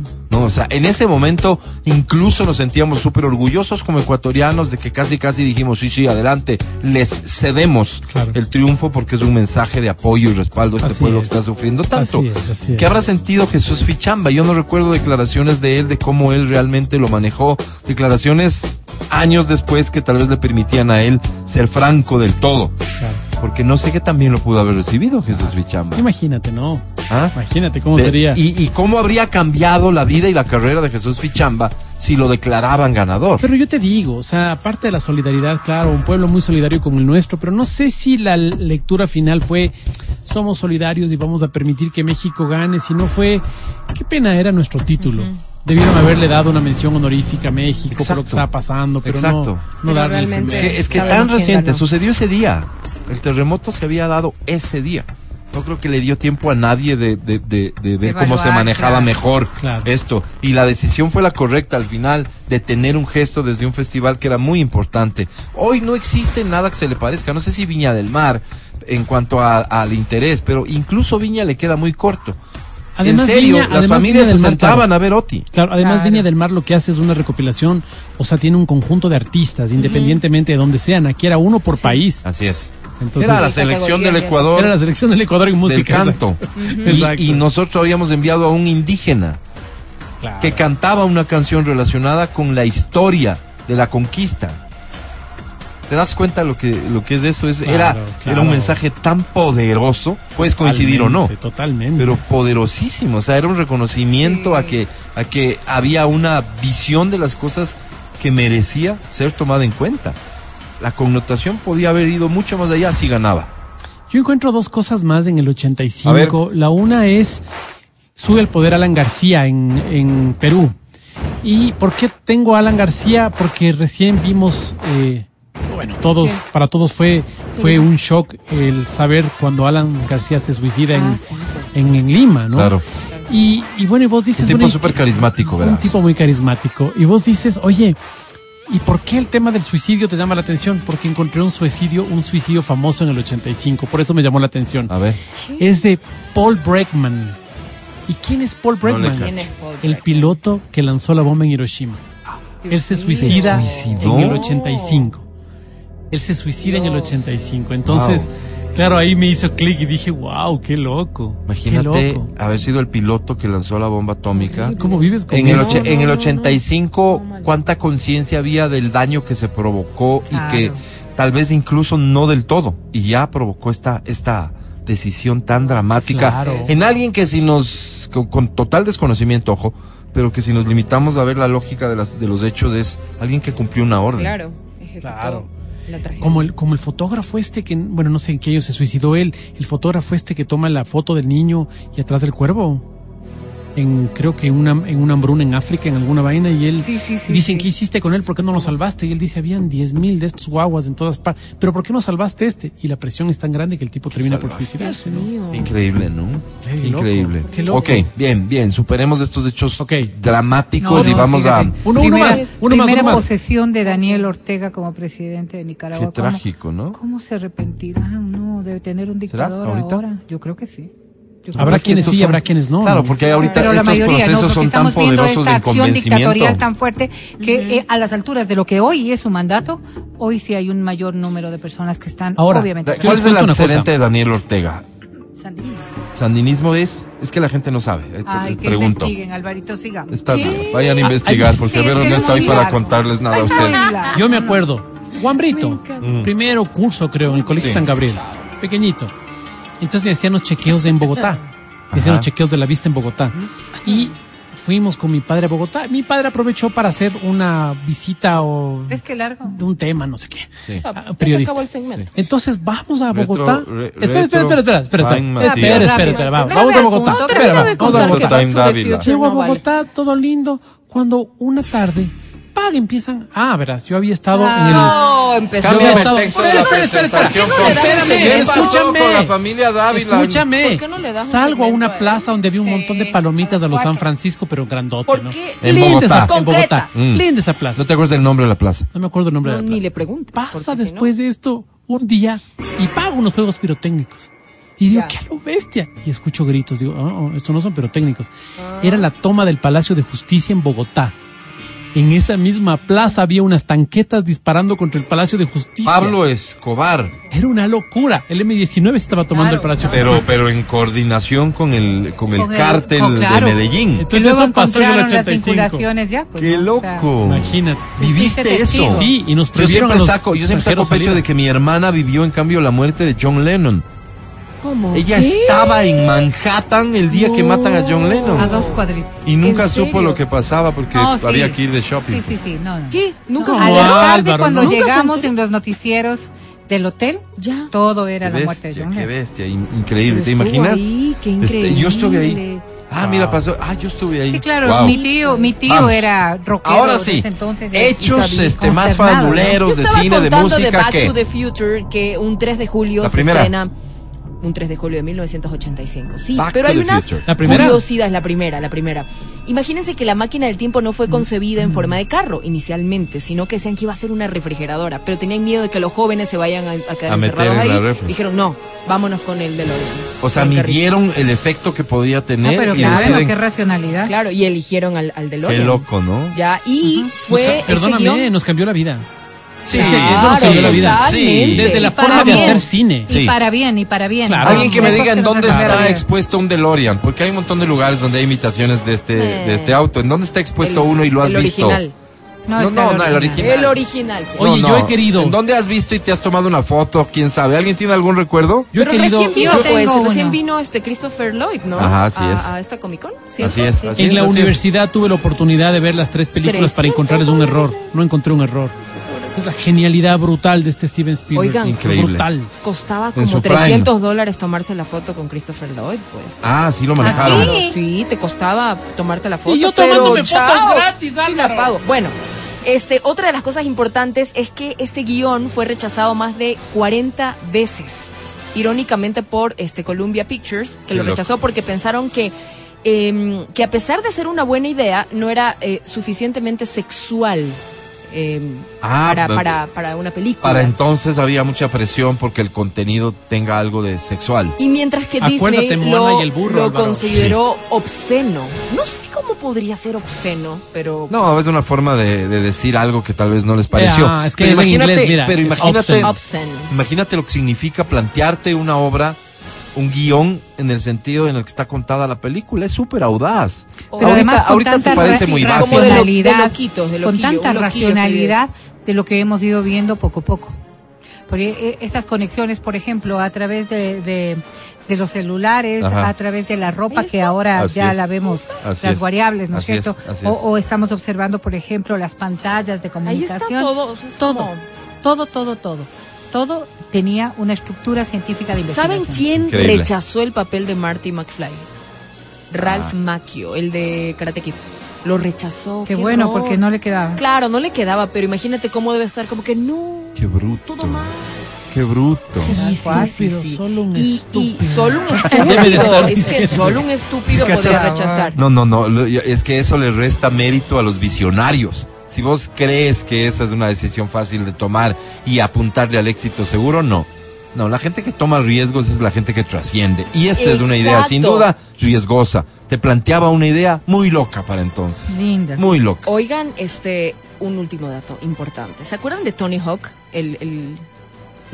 Speaker 2: O sea, en ese momento incluso nos sentíamos súper orgullosos como ecuatorianos de que casi casi dijimos, sí, sí, adelante, les cedemos
Speaker 3: Claro.
Speaker 2: el triunfo porque es un mensaje de apoyo y respaldo a este
Speaker 3: Así
Speaker 2: pueblo
Speaker 3: es.
Speaker 2: que está sufriendo tanto.
Speaker 3: Así es, así es.
Speaker 2: ¿Qué habrá sentido Jesús Fichamba? Yo no recuerdo declaraciones de él, de cómo él realmente lo manejó, declaraciones años después que tal vez le permitían a él ser franco del todo.
Speaker 3: Claro.
Speaker 2: Porque no sé qué también lo pudo haber recibido Jesús Fichamba.
Speaker 3: Imagínate, ¿no?
Speaker 2: ¿Ah?
Speaker 3: Imagínate cómo
Speaker 2: De-
Speaker 3: sería.
Speaker 2: y, y cómo habría cambiado la vida y la carrera de Jesús Fichamba si lo declaraban ganador.
Speaker 3: Pero yo te digo, o sea, aparte de la solidaridad, claro, un pueblo muy solidario como el nuestro, pero no sé si la l- lectura final fue somos solidarios y vamos a permitir que México gane, si no fue qué pena era nuestro título. Debieron haberle dado una mención honorífica a México por
Speaker 2: Exacto.
Speaker 3: lo que estaba pasando, pero no,
Speaker 2: Exacto.
Speaker 3: no
Speaker 4: Pero
Speaker 3: darle el
Speaker 4: realmente-
Speaker 2: es
Speaker 3: primer-
Speaker 2: que, es que
Speaker 4: Sabemos
Speaker 2: tan
Speaker 4: quién
Speaker 2: reciente,
Speaker 4: ganó.
Speaker 2: sucedió ese día. El terremoto se había dado ese día. No creo que le dio tiempo a nadie de, de- de- de ver cómo se
Speaker 4: Evaluar,
Speaker 2: manejaba
Speaker 4: claro.
Speaker 2: mejor
Speaker 3: Claro.
Speaker 2: esto. Y la decisión fue la correcta al final de tener un gesto desde un festival que era muy importante. Hoy no existe nada que se le parezca. No sé si Viña del Mar en cuanto a- al interés, pero incluso Viña le queda muy corto.
Speaker 3: Además,
Speaker 2: en serio,
Speaker 3: Viña-
Speaker 2: las
Speaker 3: además,
Speaker 2: familias
Speaker 3: Viña del
Speaker 2: se
Speaker 3: Mar,
Speaker 2: sentaban a ver Oti.
Speaker 3: Claro, además
Speaker 4: Claro.
Speaker 3: Viña del Mar lo que hace es una recopilación, o sea, tiene un conjunto de artistas, independientemente de donde sean, aquí era uno por país.
Speaker 2: Así es.
Speaker 3: Entonces-
Speaker 2: era la
Speaker 5: Sí,
Speaker 2: selección
Speaker 5: categoría
Speaker 2: del
Speaker 5: y eso.
Speaker 2: Ecuador.
Speaker 3: Era la selección del Ecuador en
Speaker 2: del
Speaker 3: música.
Speaker 2: canto.
Speaker 3: exacto.
Speaker 2: Y-
Speaker 3: Exacto.
Speaker 2: Y, nosotros habíamos enviado a un indígena
Speaker 3: Claro.
Speaker 2: que cantaba una canción relacionada con la historia de la conquista. ¿Te das cuenta lo que, lo que es eso? Es, era,
Speaker 3: Claro,
Speaker 2: era
Speaker 3: claro.
Speaker 2: un mensaje tan poderoso, puedes coincidir o no,
Speaker 3: Totalmente, Totalmente.
Speaker 2: pero poderosísimo. O sea, era un reconocimiento a, que, a que había una visión de las cosas que merecía ser tomada en cuenta. La connotación podía haber ido mucho más allá si ganaba.
Speaker 3: Yo encuentro dos cosas más en el
Speaker 2: A ver.
Speaker 3: 85. La una es, sube el poder Alan García en, en Perú. ¿Y por qué tengo a Alan García? Porque recién vimos, eh, bueno, todos, para todos fue, fue un shock el saber cuando Alan García se suicida en, en, en Lima, ¿no?
Speaker 2: Claro.
Speaker 3: Y, y bueno, y vos dices...
Speaker 2: Un tipo
Speaker 3: bueno, y-
Speaker 2: súper carismático,
Speaker 3: Un
Speaker 2: verás.
Speaker 3: tipo muy carismático. Y vos dices, oye, ¿Y por qué el tema del suicidio te llama la atención? Porque encontré un suicidio, un suicidio famoso en el 85, por eso me llamó la atención.
Speaker 2: A ver.
Speaker 3: Es de Paul Breckman. ¿Y quién es Paul
Speaker 2: No le
Speaker 3: Breckman?
Speaker 2: cacho.
Speaker 5: ¿Quién es Paul
Speaker 3: el
Speaker 5: Breckman?
Speaker 3: piloto que lanzó la bomba en Hiroshima. Él se suicida
Speaker 2: suicidó?
Speaker 3: en el 85. Él se suicida en el 85. Entonces, claro, ahí me hizo clic y dije, wow, qué loco. Qué
Speaker 2: Imagínate
Speaker 3: loco.
Speaker 2: haber sido el piloto que lanzó la bomba atómica.
Speaker 3: ¿Cómo vives con
Speaker 2: En el,
Speaker 3: eso?
Speaker 2: och- en el 85, ¿cuánta conciencia había del daño que se provocó y
Speaker 4: Claro.
Speaker 2: que tal vez incluso no del todo? Y ya provocó esta, esta decisión tan dramática
Speaker 3: Claro.
Speaker 2: en alguien que si nos, con, con total desconocimiento, ojo, pero que si nos limitamos a ver la lógica de, las, de los hechos es alguien que cumplió una orden.
Speaker 5: Claro, ejecutó
Speaker 3: Claro.
Speaker 5: la tragedia.
Speaker 3: Como el, como el fotógrafo este que, bueno, no sé en qué año se suicidó él, el fotógrafo este que toma la foto del niño y atrás del cuervo. En, creo que en una, en una hambruna en África, en alguna vaina, y él
Speaker 4: Sí, sí, sí,
Speaker 3: y dicen,
Speaker 4: sí.
Speaker 3: ¿qué hiciste con él? ¿Por qué no lo salvaste? Y él dice, habían 10.000 de estos guaguas en todas partes, pero ¿por qué no salvaste este? Y la presión es tan grande que el tipo termina por suicidarse, ¿no?
Speaker 2: Increíble, ¿no?
Speaker 3: Qué loco,
Speaker 2: Increíble.
Speaker 3: qué loco.
Speaker 2: Ok, bien, bien. Superemos estos hechos
Speaker 3: Ok.
Speaker 2: dramáticos
Speaker 3: Pues
Speaker 4: No,
Speaker 2: y
Speaker 4: no,
Speaker 2: vamos a.
Speaker 4: fíjate.
Speaker 3: Uno, uno
Speaker 4: primera,
Speaker 3: más, uno más,
Speaker 4: primera
Speaker 3: uno más.
Speaker 4: posesión de Daniel Ortega como presidente de Nicaragua.
Speaker 2: Qué
Speaker 4: ¿Cómo-
Speaker 2: trágico, ¿no?
Speaker 4: ¿Cómo se arrepentirán? No, de tener un dictador
Speaker 2: ¿Ahorita?
Speaker 4: ahora. Yo creo que sí. Yo creo
Speaker 3: Habrá
Speaker 4: que sí.
Speaker 3: quienes
Speaker 2: estos
Speaker 3: sí,
Speaker 2: son-
Speaker 3: habrá quienes no.
Speaker 2: Claro,
Speaker 3: ¿no?
Speaker 2: porque ahorita
Speaker 4: Pero la
Speaker 2: estos
Speaker 4: mayoría no,
Speaker 2: procesos
Speaker 4: porque
Speaker 2: son tan
Speaker 4: estamos viendo
Speaker 2: poderosos de
Speaker 4: esta acción dictatorial
Speaker 2: convencimiento.
Speaker 4: tan fuerte que eh, a las alturas de lo que hoy es su mandato, hoy sí hay un mayor número de personas que están
Speaker 3: Ahora,
Speaker 4: obviamente
Speaker 3: Yo
Speaker 2: ¿Cuál
Speaker 3: les
Speaker 2: es el
Speaker 3: cuento una
Speaker 2: antecedente
Speaker 3: cosa.
Speaker 2: de Daniel Ortega?
Speaker 4: sandinistas.
Speaker 2: ¿Sandinismo es? Es que la gente no sabe. eh,
Speaker 4: Ay,
Speaker 2: pre-
Speaker 4: que
Speaker 2: pregunto.
Speaker 4: investiguen, Alvarito, sigamos.
Speaker 2: Está bien, vayan a investigar porque
Speaker 4: Sí, es
Speaker 2: Vero
Speaker 4: que
Speaker 2: no
Speaker 4: es
Speaker 2: está ahí
Speaker 4: muy
Speaker 2: para
Speaker 4: largo.
Speaker 2: contarles nada a
Speaker 4: Es muy
Speaker 2: ustedes.
Speaker 4: largo.
Speaker 3: Yo me acuerdo, Juan Brito,
Speaker 2: Mm.
Speaker 3: primero curso creo en el Colegio San Gabriel, pequeñito. Entonces me hacían los chequeos en Bogotá, me hacían
Speaker 2: Ajá.
Speaker 3: los chequeos de la vista en Bogotá. Y fuimos con mi padre a Bogotá. Mi padre aprovechó para hacer una visita o
Speaker 4: Es que largo.
Speaker 3: de un tema, no sé qué.
Speaker 2: Sí.
Speaker 3: a- a periodistas. Entonces vamos a
Speaker 2: Retro-
Speaker 3: Bogotá.
Speaker 2: re-
Speaker 3: espera, espera,
Speaker 2: retro-
Speaker 3: espera, espera, espera, espera,
Speaker 2: Time
Speaker 3: espera, espera,
Speaker 2: Matías.
Speaker 3: espera, espera, vamos, vamos a Bogotá. Espera, vamos, vamos a
Speaker 2: contar
Speaker 3: Bogotá.
Speaker 2: que- Time Dávila.
Speaker 3: Llego a Bogotá, todo lindo, cuando una tarde, paga, empiezan. Ah, verás, yo había estado en el.
Speaker 5: Ah, No, empezó.
Speaker 3: Yo
Speaker 2: Cambia
Speaker 3: había
Speaker 2: de
Speaker 3: estado.
Speaker 2: texto
Speaker 3: Espera,
Speaker 2: la
Speaker 3: espera, espera, espera.
Speaker 2: presentación,
Speaker 5: ¿por qué no le das un
Speaker 3: Espérame,
Speaker 5: segmento?
Speaker 3: escúchame.
Speaker 2: Con la familia Dávila.
Speaker 3: Escúchame.
Speaker 5: ¿Por qué no le das un
Speaker 3: Salgo a
Speaker 5: segmento
Speaker 3: una
Speaker 5: a él?
Speaker 3: plaza donde había un
Speaker 4: Sí,
Speaker 3: montón de palomitas a los San Francisco, pero grandote,
Speaker 5: ¿Por
Speaker 3: ¿no?
Speaker 5: qué?
Speaker 2: En
Speaker 3: Linda
Speaker 2: Bogotá.
Speaker 3: esa- en Bogotá.
Speaker 5: Concreta.
Speaker 2: Mm.
Speaker 3: Linda esa plaza.
Speaker 2: ¿No te acuerdas del nombre de la plaza?
Speaker 3: No me acuerdo el nombre de la
Speaker 5: ni
Speaker 3: plaza.
Speaker 5: le preguntes.
Speaker 3: Pasa después de esto un día y pago unos juegos pirotécnicos. Y digo,
Speaker 5: Ya.
Speaker 3: ¿qué a lo bestia? Y escucho gritos, digo, "Oh, oh, estos no son pirotécnicos.
Speaker 5: Ah.
Speaker 3: Era la toma del Palacio de Justicia en Bogotá. En esa misma plaza había unas tanquetas disparando contra el Palacio de Justicia.
Speaker 2: Pablo Escobar,
Speaker 3: Era una locura. El M19 estaba tomando
Speaker 4: Claro,
Speaker 3: el Palacio de
Speaker 2: pero,
Speaker 3: Justicia.
Speaker 2: pero en coordinación con el, con el
Speaker 4: Con el-
Speaker 2: cártel
Speaker 4: con- claro.
Speaker 2: de Medellín.
Speaker 3: Entonces
Speaker 4: y luego
Speaker 3: eso pasó en el
Speaker 4: encontraron las
Speaker 3: 85.
Speaker 4: vinculaciones ya. pues,
Speaker 2: ¡Qué
Speaker 4: ¿no? O sea,
Speaker 2: loco!
Speaker 3: Imagínate.
Speaker 2: ¿Viviste
Speaker 4: Fuiste
Speaker 2: eso?
Speaker 4: testigo.
Speaker 3: Sí, y nos
Speaker 2: Yo
Speaker 3: prohibieron
Speaker 2: siempre
Speaker 3: a los
Speaker 2: saco, yo siempre saco
Speaker 3: extranjeros
Speaker 2: pecho
Speaker 3: salir.
Speaker 2: de que mi hermana vivió en cambio la muerte de John Lennon.
Speaker 5: ¿Cómo?
Speaker 2: Ella
Speaker 5: ¿Qué?
Speaker 2: estaba en Manhattan el día que
Speaker 5: No.
Speaker 2: matan a John
Speaker 4: a
Speaker 2: Lennon.
Speaker 4: dos cuadritos.
Speaker 2: Y nunca
Speaker 5: ¿En
Speaker 2: supo
Speaker 5: serio?
Speaker 2: lo que pasaba porque
Speaker 4: No, sí.
Speaker 2: había que ir de shopping.
Speaker 4: Sí, sí, sí. No, no.
Speaker 5: ¿Qué? Nunca
Speaker 4: No,
Speaker 5: se
Speaker 4: a
Speaker 3: enteró.
Speaker 4: la tarde
Speaker 3: Álvaro,
Speaker 4: cuando
Speaker 3: no.
Speaker 5: Nunca se
Speaker 4: llegamos
Speaker 5: enteró.
Speaker 4: en los noticieros del hotel,
Speaker 5: Ya.
Speaker 4: todo era la
Speaker 2: Qué
Speaker 4: muerte de
Speaker 2: bestia,
Speaker 4: John
Speaker 2: Qué
Speaker 4: Lennon.
Speaker 2: bestia, in- increíble.
Speaker 5: Pero
Speaker 2: ¿Te
Speaker 5: estuvo
Speaker 2: imaginas?
Speaker 5: ahí, qué
Speaker 2: Este, yo estuve ahí.
Speaker 5: increíble.
Speaker 2: Ah, mira, pasó. Ah, yo estuve ahí.
Speaker 4: Sí, claro,
Speaker 2: Wow.
Speaker 4: mi tío, mi tío
Speaker 2: Vamos.
Speaker 4: era rockero
Speaker 2: Ahora sí,
Speaker 4: desde entonces. y- y
Speaker 2: hechos
Speaker 4: sabía-
Speaker 2: este, más
Speaker 4: consternado, ¿no?
Speaker 5: Yo
Speaker 2: fabuleros de
Speaker 5: estaba
Speaker 2: cine, de
Speaker 5: contando de
Speaker 2: música
Speaker 5: Back
Speaker 2: que...
Speaker 5: to the Future que un 3 de julio
Speaker 2: La
Speaker 5: se
Speaker 2: primera.
Speaker 5: estrena un 3 de julio de 1985. Sí,
Speaker 2: Back
Speaker 5: pero
Speaker 2: to
Speaker 5: hay
Speaker 2: the
Speaker 5: unas
Speaker 2: Future.
Speaker 3: ¿La primera?
Speaker 5: curiosidades, la primera, la primera. Imagínense que la máquina del tiempo no
Speaker 2: Mm.
Speaker 5: fue concebida en forma de carro inicialmente, sino que decían que iba a ser una refrigeradora, pero tenían miedo de que los jóvenes se vayan a, a quedar
Speaker 2: A meter
Speaker 5: encerrados
Speaker 2: en
Speaker 5: ahí.
Speaker 2: la refri.
Speaker 5: Dijeron, "No, vámonos con el DeLorean."
Speaker 2: O sea,
Speaker 5: con el carrito.
Speaker 2: midieron el efecto que podía
Speaker 4: No,
Speaker 2: tener
Speaker 4: pero
Speaker 2: ¿eh? y este
Speaker 4: claro,
Speaker 2: deciden-
Speaker 4: qué racionalidad.
Speaker 5: Claro, y eligieron al, al DeLorean.
Speaker 2: Qué loco, ¿no?
Speaker 5: Ya, y
Speaker 3: Nos
Speaker 5: fue
Speaker 3: ca-
Speaker 5: ese
Speaker 3: Perdóname,
Speaker 5: guión-
Speaker 3: nos cambió la vida.
Speaker 2: Sí,
Speaker 3: Es que eso
Speaker 5: Claro,
Speaker 3: nos cambió la vida.
Speaker 5: totalmente.
Speaker 3: Desde la
Speaker 5: Y para
Speaker 3: forma de
Speaker 5: bien.
Speaker 3: hacer cine.
Speaker 2: Sí.
Speaker 4: Y para bien, y para bien.
Speaker 3: Claro.
Speaker 2: Alguien que me
Speaker 4: Mejor
Speaker 2: diga en
Speaker 4: nos
Speaker 2: dónde
Speaker 4: agarre
Speaker 2: está
Speaker 4: bien.
Speaker 2: expuesto un DeLorean, porque hay un montón de lugares donde hay imitaciones de este,
Speaker 5: Eh.
Speaker 2: de este auto. ¿En dónde está expuesto
Speaker 5: el-
Speaker 2: uno y lo has
Speaker 5: el
Speaker 2: visto?
Speaker 5: Original.
Speaker 4: No,
Speaker 2: No,
Speaker 4: está
Speaker 2: no, no, el original.
Speaker 5: El original. che.
Speaker 3: Oye, yo he querido-
Speaker 2: ¿En dónde has visto y te has tomado una foto? ¿Quién sabe? ¿Alguien tiene algún recuerdo?
Speaker 3: Yo he
Speaker 5: Pero
Speaker 3: querido.
Speaker 5: recién vino,
Speaker 4: Yo
Speaker 5: pues,
Speaker 4: tengo
Speaker 5: recién
Speaker 4: uno.
Speaker 5: vino este Christopher Lloyd, ¿no?
Speaker 2: Ajá, así
Speaker 5: a,
Speaker 2: es.
Speaker 5: A esta Comic Con.
Speaker 2: Así es, así
Speaker 3: En la
Speaker 2: Entonces-
Speaker 3: universidad tuve la oportunidad de ver las tres películas
Speaker 5: Tres.
Speaker 3: para encontrarles un error. No encontré un error. Es la genialidad brutal de este Steven Spielberg.
Speaker 5: Oigan.
Speaker 2: Increíble.
Speaker 3: Brutal.
Speaker 5: Costaba
Speaker 2: En su
Speaker 5: como
Speaker 2: prime.
Speaker 5: 300 dólares tomarse la foto con Christopher Lloyd, pues.
Speaker 2: Ah, sí lo
Speaker 5: Claro,
Speaker 2: manejaron.
Speaker 5: sí. te costaba tomarte la foto.
Speaker 3: Y yo
Speaker 5: pero
Speaker 3: tomándome fotos
Speaker 5: chao,
Speaker 3: gratis,
Speaker 5: sí la
Speaker 3: Álvaro.
Speaker 5: pago. Bueno, este, otra de las cosas importantes es que este guión fue rechazado más de 40 veces. Irónicamente por este Columbia Pictures, que
Speaker 2: Qué
Speaker 5: lo
Speaker 2: loco.
Speaker 5: rechazó porque pensaron que, em, que a pesar de ser una buena idea, no era eh, suficientemente sexual em,
Speaker 2: Ah,
Speaker 5: para,
Speaker 2: pero-
Speaker 5: para, para una película.
Speaker 2: Para entonces había mucha presión porque el contenido tenga algo de sexual.
Speaker 5: Y mientras que
Speaker 3: Acuérdate,
Speaker 5: Disney
Speaker 3: Moana
Speaker 5: lo,
Speaker 3: y el burro,
Speaker 5: lo
Speaker 3: Álvaro.
Speaker 5: consideró obsceno. No sé cómo podría ser obsceno, pero...
Speaker 2: No, es una forma de, de decir algo que tal vez no les pareció.
Speaker 3: Ah, es que es
Speaker 2: pero
Speaker 3: en
Speaker 2: imagínate,
Speaker 3: inglés, mira,
Speaker 2: pero
Speaker 3: es
Speaker 2: imagínate,
Speaker 3: obscene.
Speaker 5: obsceno.
Speaker 2: imagínate lo que significa plantearte una obra, un guión en el sentido en el que está contada la película. Es súper audaz.
Speaker 4: Pero
Speaker 2: ahorita
Speaker 4: además con
Speaker 2: ahorita
Speaker 4: tanta
Speaker 2: te parece muy
Speaker 5: raci-
Speaker 2: básico.
Speaker 5: Como de lo-
Speaker 4: racionalidad,
Speaker 5: de loquitos, de
Speaker 4: con
Speaker 5: loquillo,
Speaker 4: tanta
Speaker 5: un loquillo que
Speaker 4: racionalidad de lo que hemos ido viendo poco a poco. Porque eh, estas conexiones, por ejemplo, a través de, de- de los celulares,
Speaker 2: Ajá.
Speaker 4: a través de la ropa
Speaker 5: Ahí
Speaker 4: que
Speaker 5: está.
Speaker 4: ahora
Speaker 2: Así
Speaker 4: ya
Speaker 2: es.
Speaker 4: la vemos,
Speaker 2: Así
Speaker 4: las
Speaker 2: es.
Speaker 4: variables, ¿no es
Speaker 2: Así es,
Speaker 4: cierto?
Speaker 2: así
Speaker 4: o,
Speaker 2: es.
Speaker 4: o estamos observando, por ejemplo, las pantallas
Speaker 5: Ahí
Speaker 4: de
Speaker 5: está
Speaker 4: comunicación.
Speaker 5: todo, o sea, es
Speaker 4: todo,
Speaker 5: como-
Speaker 4: todo, todo, todo. Todo tenía una estructura científica de investigación.
Speaker 5: ¿Saben quién
Speaker 2: Increíble.
Speaker 5: rechazó el papel de Marty McFly? Ralph
Speaker 2: Ah.
Speaker 5: Macchio, el de Karate Kid. Lo rechazó.
Speaker 4: Qué bueno,
Speaker 5: horror.
Speaker 4: porque no le quedaba.
Speaker 5: Claro, no le quedaba, pero imagínate cómo debe estar, como que no.
Speaker 2: Qué bruto.
Speaker 5: Todo mal.
Speaker 2: Qué bruto.
Speaker 5: Sí, sí,
Speaker 3: Estúpido, solo un
Speaker 5: Y- y
Speaker 3: estúpido.
Speaker 5: solo un
Speaker 3: Debe de
Speaker 5: estúpido.
Speaker 3: estar
Speaker 5: es que
Speaker 3: diciendo.
Speaker 5: solo un estúpido podría
Speaker 2: ¿Cachas?
Speaker 5: rechazar.
Speaker 2: No, no, no. lo- ya- Es que eso le resta mérito a los visionarios. Si vos crees que esa es una decisión fácil de tomar y apuntarle al éxito seguro, no. No, la gente que toma riesgos es la gente que trasciende. Y esta es una idea, sin
Speaker 5: Exacto.
Speaker 2: duda, riesgosa. Te planteaba una idea muy loca para entonces.
Speaker 4: Linda.
Speaker 2: Muy loca.
Speaker 5: Oigan, este, un último dato importante. ¿Se acuerdan de Tony Hawk? El, el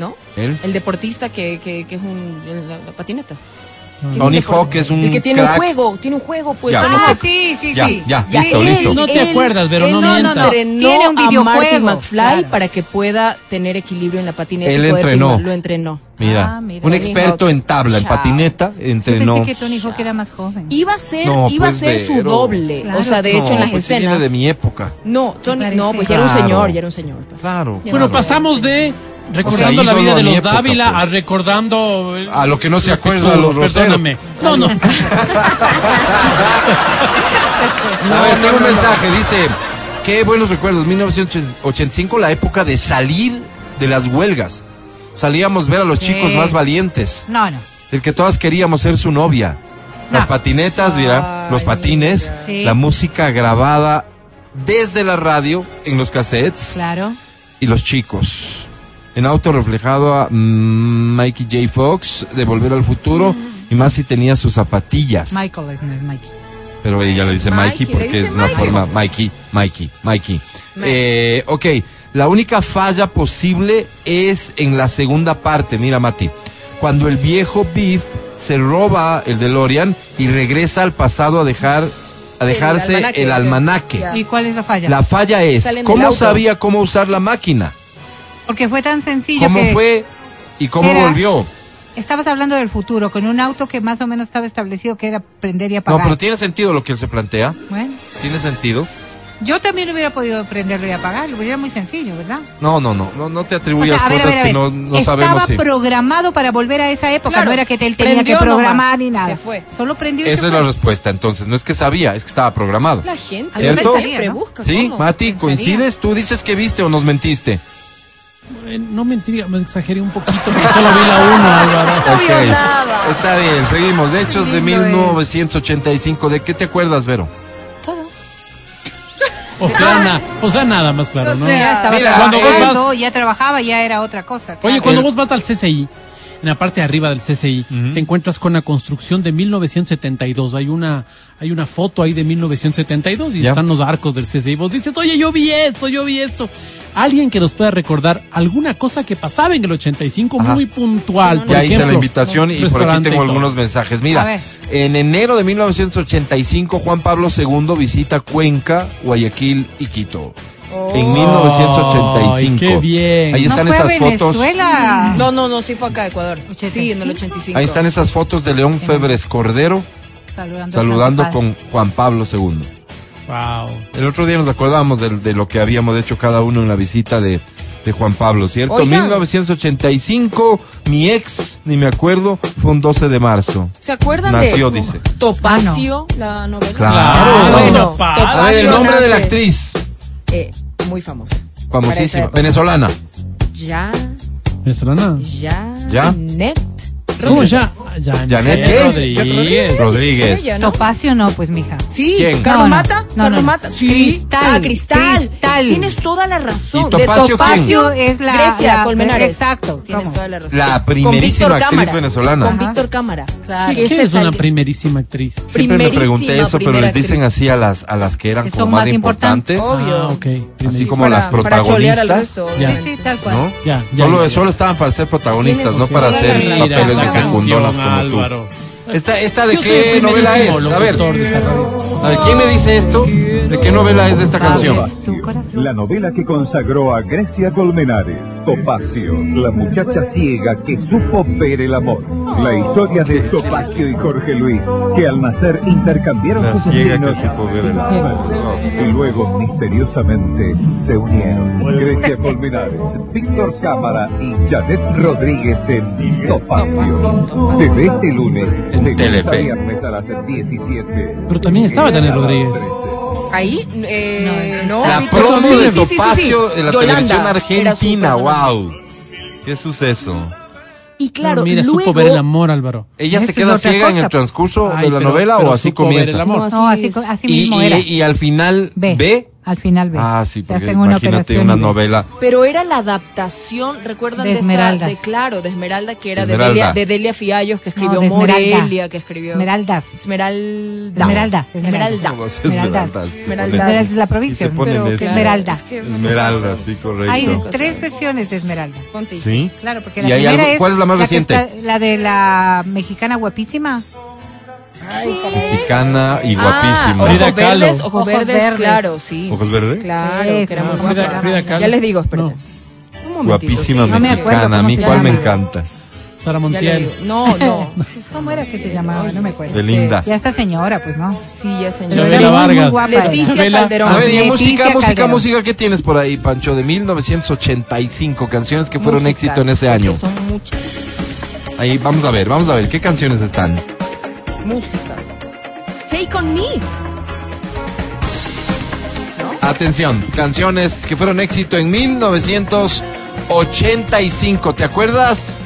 Speaker 5: ¿no?
Speaker 2: ¿Él?
Speaker 5: El deportista que, que, que es un, el- la, la patineta. Que es un
Speaker 2: Tony
Speaker 5: deporte-
Speaker 2: Hawk es un
Speaker 5: El que tiene
Speaker 2: crack.
Speaker 5: un juego, tiene un juego, pues.
Speaker 2: Ya.
Speaker 5: son los
Speaker 4: Ah,
Speaker 5: que-
Speaker 4: sí, sí,
Speaker 2: Ya,
Speaker 4: sí.
Speaker 2: ya, listo,
Speaker 5: él-
Speaker 2: listo.
Speaker 3: No te
Speaker 5: él-
Speaker 3: acuerdas, pero
Speaker 5: él
Speaker 3: no mientas.
Speaker 5: entrenó
Speaker 4: Tiene un
Speaker 5: a Marty
Speaker 4: videojuego,
Speaker 5: McFly
Speaker 4: claro.
Speaker 5: para que pueda tener equilibrio en la patineta. y
Speaker 2: Él
Speaker 5: poder
Speaker 2: entrenó.
Speaker 5: filmar. Lo entrenó.
Speaker 2: Mira,
Speaker 4: Ah, mira.
Speaker 2: un
Speaker 5: Tony
Speaker 2: experto
Speaker 5: Hawk.
Speaker 2: en tabla, en
Speaker 5: Chao.
Speaker 2: patineta,
Speaker 4: Yo pensé
Speaker 2: entrenó.
Speaker 4: que Tony Hawk era más joven.
Speaker 5: Iba a ser,
Speaker 2: No,
Speaker 5: iba
Speaker 2: pues,
Speaker 5: a ser su
Speaker 2: pero-
Speaker 5: doble.
Speaker 4: Claro.
Speaker 5: O sea, de hecho,
Speaker 2: No,
Speaker 5: en las
Speaker 2: pues sí viene
Speaker 5: escenas.
Speaker 2: de mi época.
Speaker 5: No, Tony,
Speaker 4: Me
Speaker 5: no,
Speaker 4: parece.
Speaker 5: pues ya era un
Speaker 2: Claro.
Speaker 5: señor, ya era un señor. pues.
Speaker 2: Claro.
Speaker 3: Bueno,
Speaker 2: claro.
Speaker 3: pasamos de recordando
Speaker 2: O sea,
Speaker 3: la vida
Speaker 2: ídolo
Speaker 3: de
Speaker 2: a mi
Speaker 3: los
Speaker 2: época,
Speaker 3: Dávila
Speaker 2: pues.
Speaker 3: a recordando eh,
Speaker 2: A lo que no se
Speaker 3: los
Speaker 2: acuerda,
Speaker 3: Pitufos,
Speaker 2: los Rosero.
Speaker 3: Perdóname. No, no.
Speaker 2: A ver, tengo un mensaje, dice, qué buenos recuerdos, 1985, la época de salir de las huelgas. Salíamos ver a los chicos más valientes,
Speaker 4: No, no.
Speaker 2: el que todas queríamos ser su novia. Las
Speaker 4: No.
Speaker 2: patinetas, mira, los patines,
Speaker 4: Sí.
Speaker 2: la música grabada desde la radio en los cassettes
Speaker 4: Claro.
Speaker 2: y los chicos. en auto reflejado a mm, Mikey J. Fox de Volver al Futuro
Speaker 4: Mm.
Speaker 2: y más si tenía sus zapatillas.
Speaker 4: Michael es, no es Mikey.
Speaker 2: Pero ella le dice
Speaker 5: Mikey,
Speaker 2: Mikey,
Speaker 5: le
Speaker 2: porque
Speaker 5: dice
Speaker 2: es una
Speaker 5: Mikey.
Speaker 2: forma Mikey, Mikey, Mikey. Eh, ok, la única falla posible es en la segunda parte, mira Mati, cuando el viejo Biff se roba el DeLorean y regresa al pasado a dejar a dejarse el almanaque.
Speaker 5: almanaque, ok. Ya.
Speaker 4: ¿Y cuál es la falla?
Speaker 2: La falla es,
Speaker 5: Salen del
Speaker 2: ¿cómo
Speaker 5: auto.
Speaker 2: sabía cómo usar la máquina?
Speaker 4: Porque fue tan sencillo
Speaker 2: ¿Cómo
Speaker 4: que
Speaker 2: fue y cómo
Speaker 4: era-
Speaker 2: volvió?
Speaker 4: estabas hablando del futuro con un auto que más o menos estaba establecido que era prender y
Speaker 2: No,
Speaker 4: apagar.
Speaker 2: pero tiene sentido lo que él se plantea.
Speaker 4: Bueno,
Speaker 2: Tiene sentido.
Speaker 4: yo también hubiera podido prenderlo y apagarlo, porque era muy sencillo, ¿verdad?
Speaker 2: No, no, no, no, no te
Speaker 4: O sea,
Speaker 2: atribuyas
Speaker 4: a ver, a
Speaker 2: cosas
Speaker 4: ver, a
Speaker 2: que
Speaker 4: ver.
Speaker 2: no, no
Speaker 4: Estaba
Speaker 2: sabemos. sí.
Speaker 4: programado para volver a esa época,
Speaker 5: Claro,
Speaker 4: no era que él tenía que
Speaker 5: prendió nomás,
Speaker 4: programar ni nada.
Speaker 5: se fue.
Speaker 4: Solo prendió y se
Speaker 2: Esa es
Speaker 4: fue.
Speaker 2: la respuesta, entonces. No es que sabía, es que estaba programado.
Speaker 5: La gente
Speaker 2: ¿Cierto?
Speaker 5: siempre busca.
Speaker 2: ¿Sí?
Speaker 5: ¿cómo?
Speaker 2: Mati, ¿coincides? ¿Tú dices que viste o nos mentiste?
Speaker 3: Eh, No mentiría, me exageré un poquito porque solo vi la una, Álvaro.
Speaker 5: No vio nada.
Speaker 2: Está bien, seguimos. Hechos de
Speaker 4: Lindo es.
Speaker 2: 1985. ¿De qué te acuerdas, Vero?
Speaker 4: Todo.
Speaker 3: O sea, na- o sea, nada más claro, ¿no?
Speaker 4: No, ya estaba
Speaker 2: Mira,
Speaker 3: cuando vos
Speaker 4: trabajando,
Speaker 3: vas-
Speaker 4: ya trabajaba, ya era otra cosa.
Speaker 3: Oye,
Speaker 4: claro.
Speaker 3: cuando
Speaker 2: Ah,
Speaker 3: vos
Speaker 2: El-
Speaker 3: vas al CCI, en la parte de arriba del CCI, te encuentras con la construcción de 1972. Hay una, hay una foto ahí de 1972 y
Speaker 2: Ya.
Speaker 3: están los arcos del CCI. Vos dices, oye, yo vi esto, yo vi esto. Alguien que nos pueda recordar alguna cosa que pasaba en el 85
Speaker 2: Ajá.
Speaker 3: muy puntual. por
Speaker 2: Ya hice la
Speaker 3: ejemplo.
Speaker 2: invitación y por aquí
Speaker 3: Restaurante y
Speaker 2: tengo
Speaker 3: todo.
Speaker 2: algunos mensajes.
Speaker 4: A
Speaker 2: Mira,
Speaker 4: ver.
Speaker 2: en enero de 1985, Juan Pablo II visita Cuenca, Guayaquil y Quito. En 1985.
Speaker 3: Ay, qué bien.
Speaker 2: Ahí
Speaker 4: no
Speaker 2: están
Speaker 4: fue a
Speaker 2: esas fotos.
Speaker 4: Venezuela.
Speaker 5: No, no, no, sí fue acá, Ecuador. Sí, en el
Speaker 4: 85.
Speaker 5: 85.
Speaker 2: Ahí están esas fotos de León Febres Cordero
Speaker 4: Saludando, a
Speaker 2: saludando
Speaker 4: Santo Padre.
Speaker 2: con Juan Pablo II.
Speaker 3: Wow.
Speaker 2: El otro día nos acordábamos del- de, lo que habíamos hecho cada uno en la visita de, de Juan Pablo, ¿cierto?
Speaker 5: Oigan.
Speaker 2: 1985, mi ex, ni me acuerdo, fue un 12 de marzo.
Speaker 5: ¿Se acuerdan
Speaker 2: Nació,
Speaker 5: de
Speaker 2: dice.
Speaker 5: Topacio, la novela? Ah,
Speaker 2: Claro.
Speaker 5: Bueno,
Speaker 3: papá.
Speaker 2: A ver, el
Speaker 5: Topacio
Speaker 2: nombre de la
Speaker 5: nace,
Speaker 2: actriz,
Speaker 5: eh, muy famosa.
Speaker 2: famosísima,
Speaker 5: Para
Speaker 2: venezolana.
Speaker 5: Ya,
Speaker 3: Venezolana.
Speaker 5: ya,
Speaker 2: Ya.
Speaker 5: Net.
Speaker 3: ¿Cómo ya? Janet,
Speaker 2: Janet, ¿qué?
Speaker 3: Rodríguez.
Speaker 2: Rodríguez.
Speaker 5: Ella, ¿no?
Speaker 4: Topacio no, pues mija.
Speaker 5: Sí,
Speaker 2: ¿Quién?
Speaker 5: Carlos
Speaker 4: No, no.
Speaker 5: Mata.
Speaker 4: No,
Speaker 5: Carlos
Speaker 4: no.
Speaker 5: Mata. Sí.
Speaker 4: Cristal,
Speaker 5: Ah, cristal.
Speaker 4: Cristal.
Speaker 5: Tienes toda la razón.
Speaker 2: ¿Y Topacio quién?
Speaker 4: Topacio es la
Speaker 5: Grecia
Speaker 4: la-
Speaker 5: Colmenares.
Speaker 4: Exacto.
Speaker 5: Tienes
Speaker 4: ¿cómo?
Speaker 5: toda la razón.
Speaker 2: La
Speaker 5: Con
Speaker 2: primerísima
Speaker 5: Víctor
Speaker 2: actriz venezolana.
Speaker 5: Con
Speaker 2: Ajá.
Speaker 5: Víctor Cámara. Claro.
Speaker 3: ¿Qué, qué es una primerísima actriz?
Speaker 2: Siempre me pregunté
Speaker 5: Primerísima,
Speaker 2: eso, pero
Speaker 5: primera
Speaker 2: les dicen así a las, a las que eran
Speaker 4: Que
Speaker 2: como
Speaker 4: son
Speaker 2: más,
Speaker 4: más
Speaker 2: importantes,
Speaker 4: importantes.
Speaker 5: Obvio.
Speaker 3: Ah, ok.
Speaker 2: así
Speaker 3: Primerísima.
Speaker 2: como las
Speaker 5: Para cholear al
Speaker 2: protagonistas.
Speaker 5: resto.
Speaker 3: Ya.
Speaker 4: Sí, sí, tal cual.
Speaker 2: ¿No?
Speaker 3: Ya, ya,
Speaker 2: solo,
Speaker 3: ya, ya.
Speaker 2: solo estaban para ser protagonistas,
Speaker 5: Tienes-
Speaker 2: no para
Speaker 5: Mira,
Speaker 2: hacer
Speaker 5: la
Speaker 2: papeles de
Speaker 5: canción,
Speaker 2: secundonas como tú.
Speaker 3: Álvaro.
Speaker 2: ¿Esta, esta de
Speaker 3: Yo soy
Speaker 2: qué
Speaker 3: el
Speaker 2: novela es?
Speaker 3: primerísimo
Speaker 2: A ver,
Speaker 3: locutor de esta radio.
Speaker 2: a ver, ¿quién me dice esto? ¿De qué novela es esta canción?
Speaker 4: Abres tu corazón.
Speaker 9: La novela que consagró a Grecia Colmenares, Topacio, la muchacha ciega que supo ver el amor. La historia de Topacio y Jorge Luis, que al nacer intercambiaron
Speaker 2: La
Speaker 9: sus
Speaker 2: ciega que
Speaker 9: destinos
Speaker 2: supo ver el amor.
Speaker 9: y luego misteriosamente se unieron. Grecia Colmenares, Víctor Cámara y Janet Rodríguez en Topacio. Desde este lunes,
Speaker 2: En
Speaker 9: de lunes a
Speaker 2: Telefe.
Speaker 9: viernes a las 17.
Speaker 3: Pero también estaba Janet Rodríguez.
Speaker 5: Ahí, eh, no.
Speaker 2: La
Speaker 5: Víctor
Speaker 2: promo
Speaker 5: Cámara.
Speaker 2: de
Speaker 5: Sí, sí, sí, sí,
Speaker 2: Topacio
Speaker 5: sí.
Speaker 2: de la
Speaker 5: Yolanda
Speaker 2: televisión
Speaker 5: era su
Speaker 2: argentina,
Speaker 5: personaje.
Speaker 2: wow. ¿Qué suceso?
Speaker 5: Y claro,
Speaker 3: mira,
Speaker 5: luego,
Speaker 3: supo ver el amor, Álvaro.
Speaker 2: ¿Ella
Speaker 4: Eso
Speaker 2: se
Speaker 4: es
Speaker 2: queda
Speaker 4: otra
Speaker 2: ciega en
Speaker 4: cosa.
Speaker 2: el transcurso
Speaker 3: Ay,
Speaker 2: de la
Speaker 3: pero-
Speaker 2: novela
Speaker 3: pero
Speaker 2: o así
Speaker 3: supo ver el
Speaker 2: comienza?
Speaker 3: amor.
Speaker 5: así
Speaker 4: No, así,
Speaker 5: es.
Speaker 4: co- así
Speaker 2: Y,
Speaker 4: mismo
Speaker 2: y-
Speaker 4: era.
Speaker 2: y al final
Speaker 4: Ve.
Speaker 2: ve.
Speaker 4: Al final ve.
Speaker 2: Ah, sí,
Speaker 4: Te
Speaker 2: porque
Speaker 4: hacen una
Speaker 2: imagínate
Speaker 4: operación
Speaker 2: una
Speaker 4: y ve.
Speaker 2: novela.
Speaker 5: Pero era la adaptación, recuerdan de,
Speaker 4: De
Speaker 5: esta,
Speaker 4: Esmeraldas.
Speaker 5: de claro, de Esmeralda, que era de,
Speaker 2: Esmeralda.
Speaker 5: Delia, de Delia Fiallos, que
Speaker 4: No,
Speaker 5: escribió
Speaker 4: de Esmeralda.
Speaker 5: Morelia, que escribió
Speaker 4: Esmeraldas.
Speaker 5: Esmeralda.
Speaker 4: Esmeralda,
Speaker 5: Esmeralda.
Speaker 4: Esmeralda.
Speaker 2: No, las
Speaker 4: Esmeraldas.
Speaker 2: esmeraldas, se
Speaker 5: Esmeraldas.
Speaker 2: ponen-
Speaker 4: Esmeralda es la
Speaker 2: y se
Speaker 4: provincia.
Speaker 2: ponen
Speaker 5: pero que
Speaker 2: esto.
Speaker 4: Esmeralda.
Speaker 5: Es que no sé
Speaker 2: Esmeralda,
Speaker 5: pasa.
Speaker 2: sí, correcto.
Speaker 4: Hay
Speaker 5: Correcto.
Speaker 4: tres versiones de Esmeralda.
Speaker 5: Ponte.
Speaker 2: ¿Sí?
Speaker 4: Claro, porque
Speaker 2: ¿Y
Speaker 4: la
Speaker 2: hay
Speaker 4: primera
Speaker 2: algo-
Speaker 4: es
Speaker 2: cuál es la más
Speaker 4: que
Speaker 2: reciente?
Speaker 4: está- la de la mexicana guapísima.
Speaker 2: Mexicana y
Speaker 5: Ah,
Speaker 2: guapísima.
Speaker 5: ojos
Speaker 3: Frida Kahlo.
Speaker 5: verdes, ojos,
Speaker 4: Ojos
Speaker 5: verdes,
Speaker 4: verdes.
Speaker 5: claro, sí.
Speaker 2: ¿Ojos verdes?
Speaker 5: Claro,
Speaker 4: Sí,
Speaker 5: que era
Speaker 4: sí,
Speaker 5: muy
Speaker 4: sí,
Speaker 5: guapa.
Speaker 4: Frida-
Speaker 3: Frida Kahlo.
Speaker 5: Ya les digo, espérate. Un momentito,
Speaker 2: Guapísima
Speaker 5: sí.
Speaker 4: no me acuerdo
Speaker 2: mexicana, a
Speaker 4: cómo
Speaker 2: mí
Speaker 4: se
Speaker 2: cuál me
Speaker 4: llama.
Speaker 2: encanta.
Speaker 3: Sara
Speaker 5: Ya les
Speaker 3: Montiel.
Speaker 5: digo. No, no.
Speaker 4: Pues, ¿Cómo era que se llamaba? No me acuerdo.
Speaker 2: De linda.
Speaker 4: Este, Ya está señora, pues no.
Speaker 5: Sí, ya
Speaker 4: Pero
Speaker 5: señor.
Speaker 4: era
Speaker 3: Chabela
Speaker 4: muy, muy
Speaker 3: Vargas.
Speaker 4: guapa.
Speaker 5: Leticia
Speaker 3: Chabela.
Speaker 5: Calderón.
Speaker 2: A ver, y
Speaker 4: Leticia
Speaker 2: música, música,
Speaker 4: Calderón.
Speaker 2: música, ¿qué tienes por ahí, Pancho? De 1985, canciones que fueron
Speaker 5: Músicas,
Speaker 2: éxito en ese año.
Speaker 5: porque Son muchas
Speaker 2: Ahí, vamos a ver, vamos a ver, ¿qué canciones están?
Speaker 5: músicas. Take on me.
Speaker 2: Atención, canciones que fueron éxito en 1985. ¿Te acuerdas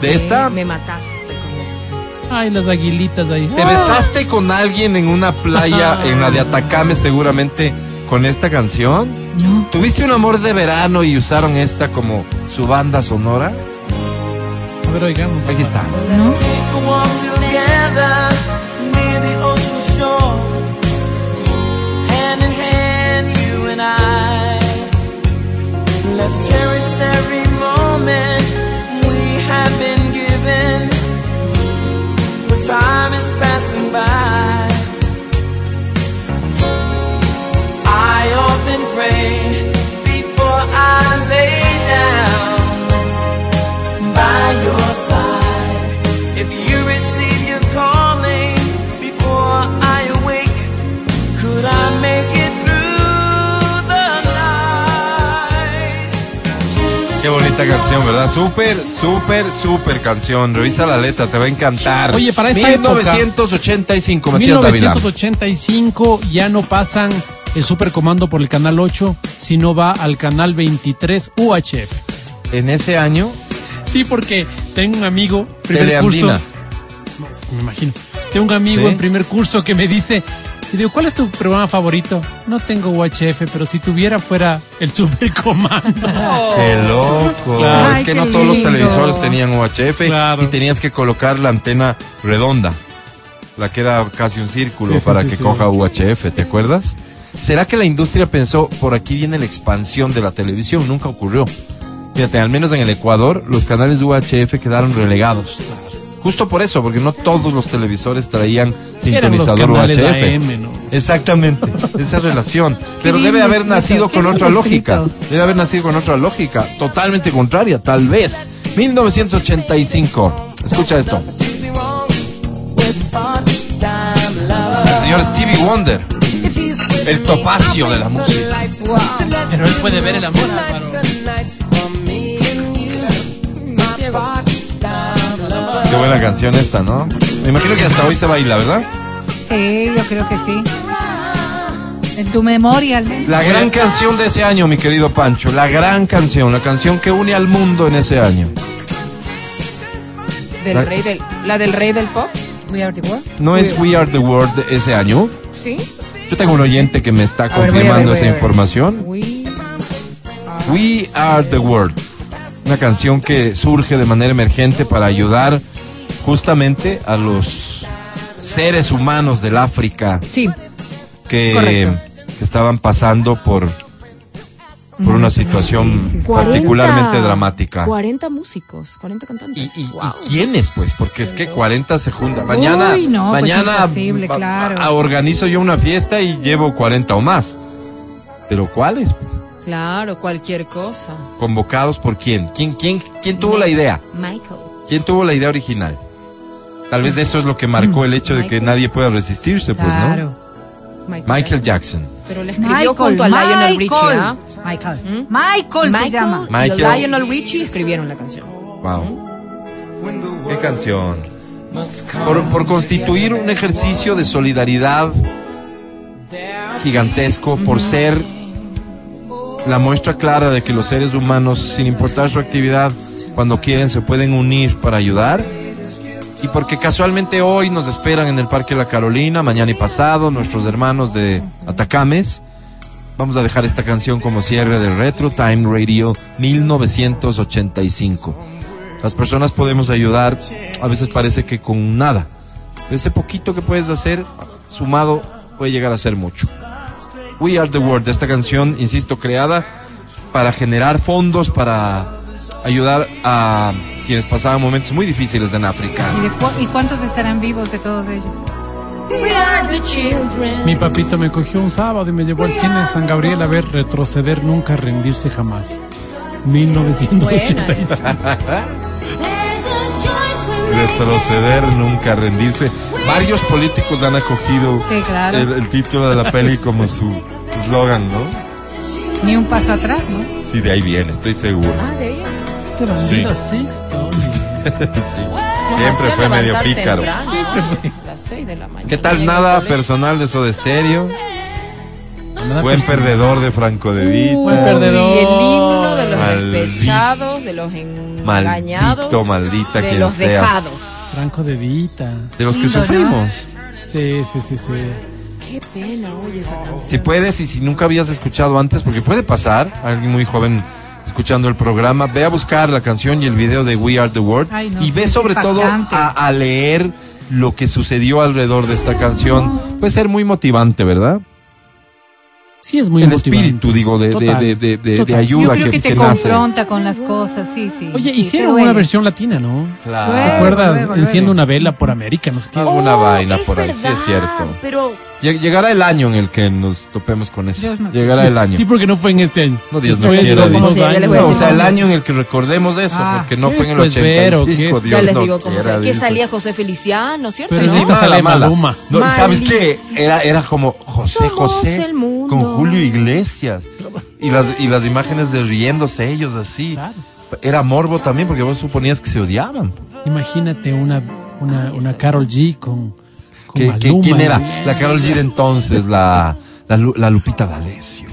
Speaker 2: de esta?
Speaker 5: Me mataste con esto.
Speaker 3: Ay, las aguilitas ahí.
Speaker 2: Te besaste con alguien en una playa, en la de Atacame seguramente, con esta canción.
Speaker 4: No.
Speaker 2: Tuviste un amor de verano y usaron esta como su banda sonora.
Speaker 3: A ver, oigamos.
Speaker 2: Aquí está.
Speaker 4: ¿no?
Speaker 10: Let's cherish every moment we have been given. For time is passing by. I often pray before I lay down by your side. If you receive your calling before I awake, could I make it through the night?
Speaker 2: Qué bonita canción, ¿verdad? Súper, súper, súper canción. Revisa la letra, te va a encantar.
Speaker 3: Oye, para esa época-
Speaker 2: 1985, Matías Dávila.
Speaker 3: 1985 ya no pasan el Supercomando por el canal 8, sino va al canal 23 UHF.
Speaker 2: En ese año,
Speaker 3: Sí, porque tengo un amigo primer curso,
Speaker 2: Teleandina.
Speaker 3: me imagino. Tengo un amigo
Speaker 2: Sí.
Speaker 3: en primer curso que me dice, y digo, ¿cuál es tu programa favorito? No tengo UHF, pero si tuviera fuera el Supercomando.
Speaker 2: Qué loco.
Speaker 3: Claro.
Speaker 2: es
Speaker 4: Ay,
Speaker 2: que
Speaker 4: qué
Speaker 2: no todos los
Speaker 4: lindo.
Speaker 2: televisores tenían UHF
Speaker 3: Claro.
Speaker 2: y tenías que colocar la antena redonda, la que era casi un círculo
Speaker 3: Sí, sí,
Speaker 2: para
Speaker 3: sí,
Speaker 2: que
Speaker 3: sí.
Speaker 2: coja UHF, ¿te acuerdas? ¿Será que la industria pensó, por aquí viene la expansión de la televisión? Nunca ocurrió. Fíjate, al menos en el Ecuador, los canales UHF quedaron relegados. Justo por eso, porque no todos los televisores traían
Speaker 3: Eran los
Speaker 2: sintonizador
Speaker 3: canales
Speaker 2: UHF.
Speaker 3: AM, ¿no?
Speaker 2: Exactamente, esa relación. Pero
Speaker 4: bien
Speaker 2: debe haber
Speaker 4: descrito,
Speaker 2: nacido
Speaker 4: qué
Speaker 2: con
Speaker 4: bien
Speaker 2: otra
Speaker 4: descrito.
Speaker 2: lógica. Debe haber nacido con otra lógica, totalmente contraria, tal vez. 1985. Escucha esto.
Speaker 10: Do me wrong with part-time lovers.
Speaker 2: El señor Stevie Wonder, el topacio de la música.
Speaker 10: Pero él puede ver el amor, Álvaro.
Speaker 2: Qué buena canción esta, ¿no? Me imagino que hasta hoy se baila, ¿verdad?
Speaker 4: Sí, yo creo que sí. En tu memoria, al menos.
Speaker 2: La gran canción de ese año, mi querido Pancho. La gran canción, la canción que une al mundo en ese año. La-
Speaker 5: Del rey del, la del rey del pop,
Speaker 4: We are the world.
Speaker 2: ¿No es We Are the World de ese año?
Speaker 5: ¿sí?
Speaker 2: Yo tengo un oyente que me está
Speaker 5: ver, voy a
Speaker 2: confirmando
Speaker 5: ver, voy a
Speaker 2: esa
Speaker 5: ver.
Speaker 2: información.
Speaker 4: We-
Speaker 2: We Are the World. Una canción que surge de manera emergente para ayudar justamente a los seres humanos del África
Speaker 5: Sí.
Speaker 2: que,
Speaker 5: Correcto.
Speaker 2: que estaban pasando por, por una situación
Speaker 4: sí, sí.
Speaker 2: particularmente dramática.
Speaker 5: 40 músicos, 40
Speaker 2: ¿Y,
Speaker 5: cantantes.
Speaker 2: y- y quiénes, pues? Porque es que 40 se juntan. Mañana,
Speaker 4: Uy, no, pues
Speaker 2: mañana
Speaker 4: imposible,
Speaker 2: va-
Speaker 4: claro.
Speaker 2: a- organizo yo una fiesta y llevo 40 o más. ¿Pero cuáles? pues?
Speaker 5: Claro, cualquier cosa.
Speaker 2: ¿Convocados por quién? ¿Quién, quién, quién tuvo la idea?
Speaker 5: Michael.
Speaker 2: ¿Quién tuvo la idea original? Tal vez eso es lo que marcó el hecho de que nadie pueda resistirse, pues, ¿no?
Speaker 4: Claro.
Speaker 5: Michael.
Speaker 2: Michael Jackson.
Speaker 5: Pero le escribió junto a Lionel Richie, ¿ah?
Speaker 4: Michael. ¿Mm? Michael se llama.
Speaker 5: Michael y
Speaker 2: Michael.
Speaker 5: Lionel Richie escribieron la canción.
Speaker 2: Wow. Qué canción. Por, por constituir un ejercicio de solidaridad gigantesco, por ser la muestra clara de que los seres humanos, sin importar su actividad, cuando quieren se pueden unir para ayudar. Y porque casualmente hoy nos esperan en el Parque La Carolina, mañana y pasado, nuestros hermanos de Atacames. Vamos a dejar esta canción como cierre de Retro Time Radio 1985. Las personas podemos ayudar, a veces parece que con nada. Pero ese poquito que puedes hacer, sumado, puede llegar a ser mucho. We Are the World, esta canción, insisto, creada para generar fondos, para ayudar a quienes pasaban momentos muy difíciles en África.
Speaker 4: ¿Y, de cu- y cuántos estarán vivos de todos ellos?
Speaker 3: Mi papito me cogió un sábado y me llevó al cine de San Gabriel a ver retroceder nunca rendirse jamás. 1985.
Speaker 2: Retroceder, nunca rendirse. Varios políticos han acogido
Speaker 4: Sí, claro.
Speaker 2: el, el título de la peli como su eslogan, ¿no?
Speaker 4: Ni un paso atrás, ¿no?
Speaker 2: Sí, de ahí viene, estoy seguro.
Speaker 4: Ah.
Speaker 3: Este bandido Sixto.
Speaker 2: Sí. Siempre fue medio pícaro.
Speaker 5: Las 6 de la mañana.
Speaker 2: ¿Qué tal
Speaker 5: Llega
Speaker 2: nada
Speaker 5: al colegio.
Speaker 2: personal de Soda Stereo?
Speaker 3: Nada
Speaker 2: Buen
Speaker 3: personal.
Speaker 2: perdedor de Franco de Vita.
Speaker 5: Uy,
Speaker 4: Uh.
Speaker 3: perdedor.
Speaker 5: el himno de los
Speaker 2: Maldi-
Speaker 5: despechados, de los engañados,
Speaker 2: Maldito, maldita
Speaker 5: de
Speaker 2: quien
Speaker 5: los
Speaker 2: seas.
Speaker 5: dejados.
Speaker 3: Franco de Vita.
Speaker 2: De los que
Speaker 4: Lindo, ¿no?
Speaker 2: sufrimos.
Speaker 3: Sí, sí, sí, sí.
Speaker 5: Qué pena, oye, esa canción.
Speaker 2: Si puedes y si nunca habías escuchado antes, porque puede pasar, alguien muy joven escuchando el programa, ve a buscar la canción y el video de We Are the World
Speaker 4: Ay, no,
Speaker 2: y
Speaker 4: sí,
Speaker 2: ve
Speaker 4: es
Speaker 2: sobre todo
Speaker 4: impactante.
Speaker 2: a, a leer lo que sucedió alrededor de esta canción. Puede ser muy motivante, ¿verdad?
Speaker 3: Sí, es muy
Speaker 2: el
Speaker 3: motivante.
Speaker 2: espíritu, digo, de, de-
Speaker 3: Total,
Speaker 2: de- de- de- de
Speaker 3: total.
Speaker 2: ayuda
Speaker 4: Yo creo que, te
Speaker 2: que nace.
Speaker 4: confronta con las cosas, sí, sí.
Speaker 3: Oye,
Speaker 4: sí,
Speaker 3: hicieron
Speaker 4: te
Speaker 3: una
Speaker 4: duele.
Speaker 3: versión latina, ¿no?
Speaker 2: Claro.
Speaker 5: Ah,
Speaker 3: ¿Te acuerdas? Enciendo una vela por América, no sé qué.
Speaker 2: Alguna
Speaker 5: Oh,
Speaker 2: vaina
Speaker 5: es
Speaker 2: por ahí, sí es
Speaker 5: verdad,
Speaker 2: cierto.
Speaker 5: Pero
Speaker 2: Lle- Llegará el año en el que nos topemos con eso.
Speaker 4: Dios no
Speaker 2: Llegará el año.
Speaker 3: Sí, porque no fue en este año.
Speaker 2: No, Dios no
Speaker 3: Fue en
Speaker 2: quiera,
Speaker 3: los
Speaker 2: dice.
Speaker 3: dos
Speaker 5: Sí, ya le
Speaker 3: años.
Speaker 5: voy a
Speaker 2: No, o
Speaker 5: decir
Speaker 2: sea, el
Speaker 5: más.
Speaker 2: año en el que recordemos eso,
Speaker 4: Ah,
Speaker 2: porque no
Speaker 3: ¿qué
Speaker 2: fue en el
Speaker 3: pues, Vero,
Speaker 2: 85.
Speaker 3: qué
Speaker 2: Dios
Speaker 5: ya les
Speaker 2: no
Speaker 5: digo cómo
Speaker 2: quiera,
Speaker 5: fue. Que
Speaker 2: Dios no
Speaker 5: salía José Feliciano, ¿cierto?
Speaker 3: Pero
Speaker 2: Pero
Speaker 3: sí
Speaker 5: ¿no?
Speaker 2: sí,
Speaker 3: está
Speaker 2: mala,
Speaker 3: sale
Speaker 2: mala.
Speaker 3: Maluma.
Speaker 2: No, ¿y ¿Sabes qué?
Speaker 5: Malísimo.
Speaker 2: Era, era como José
Speaker 5: Somos
Speaker 2: José
Speaker 5: el mundo.
Speaker 2: con Julio Iglesias. Y las, y las imágenes de riéndose ellos así.
Speaker 3: Claro.
Speaker 2: Era morbo también porque vos suponías que se odiaban.
Speaker 3: Imagínate una, una,
Speaker 5: Ay,
Speaker 3: una
Speaker 5: eso.
Speaker 3: Carol G con, con
Speaker 2: ¿Qué, qué-
Speaker 3: Maluma.
Speaker 2: quién era? La Carol G de entonces, la, la, Lu- la Lupita D'Alessio.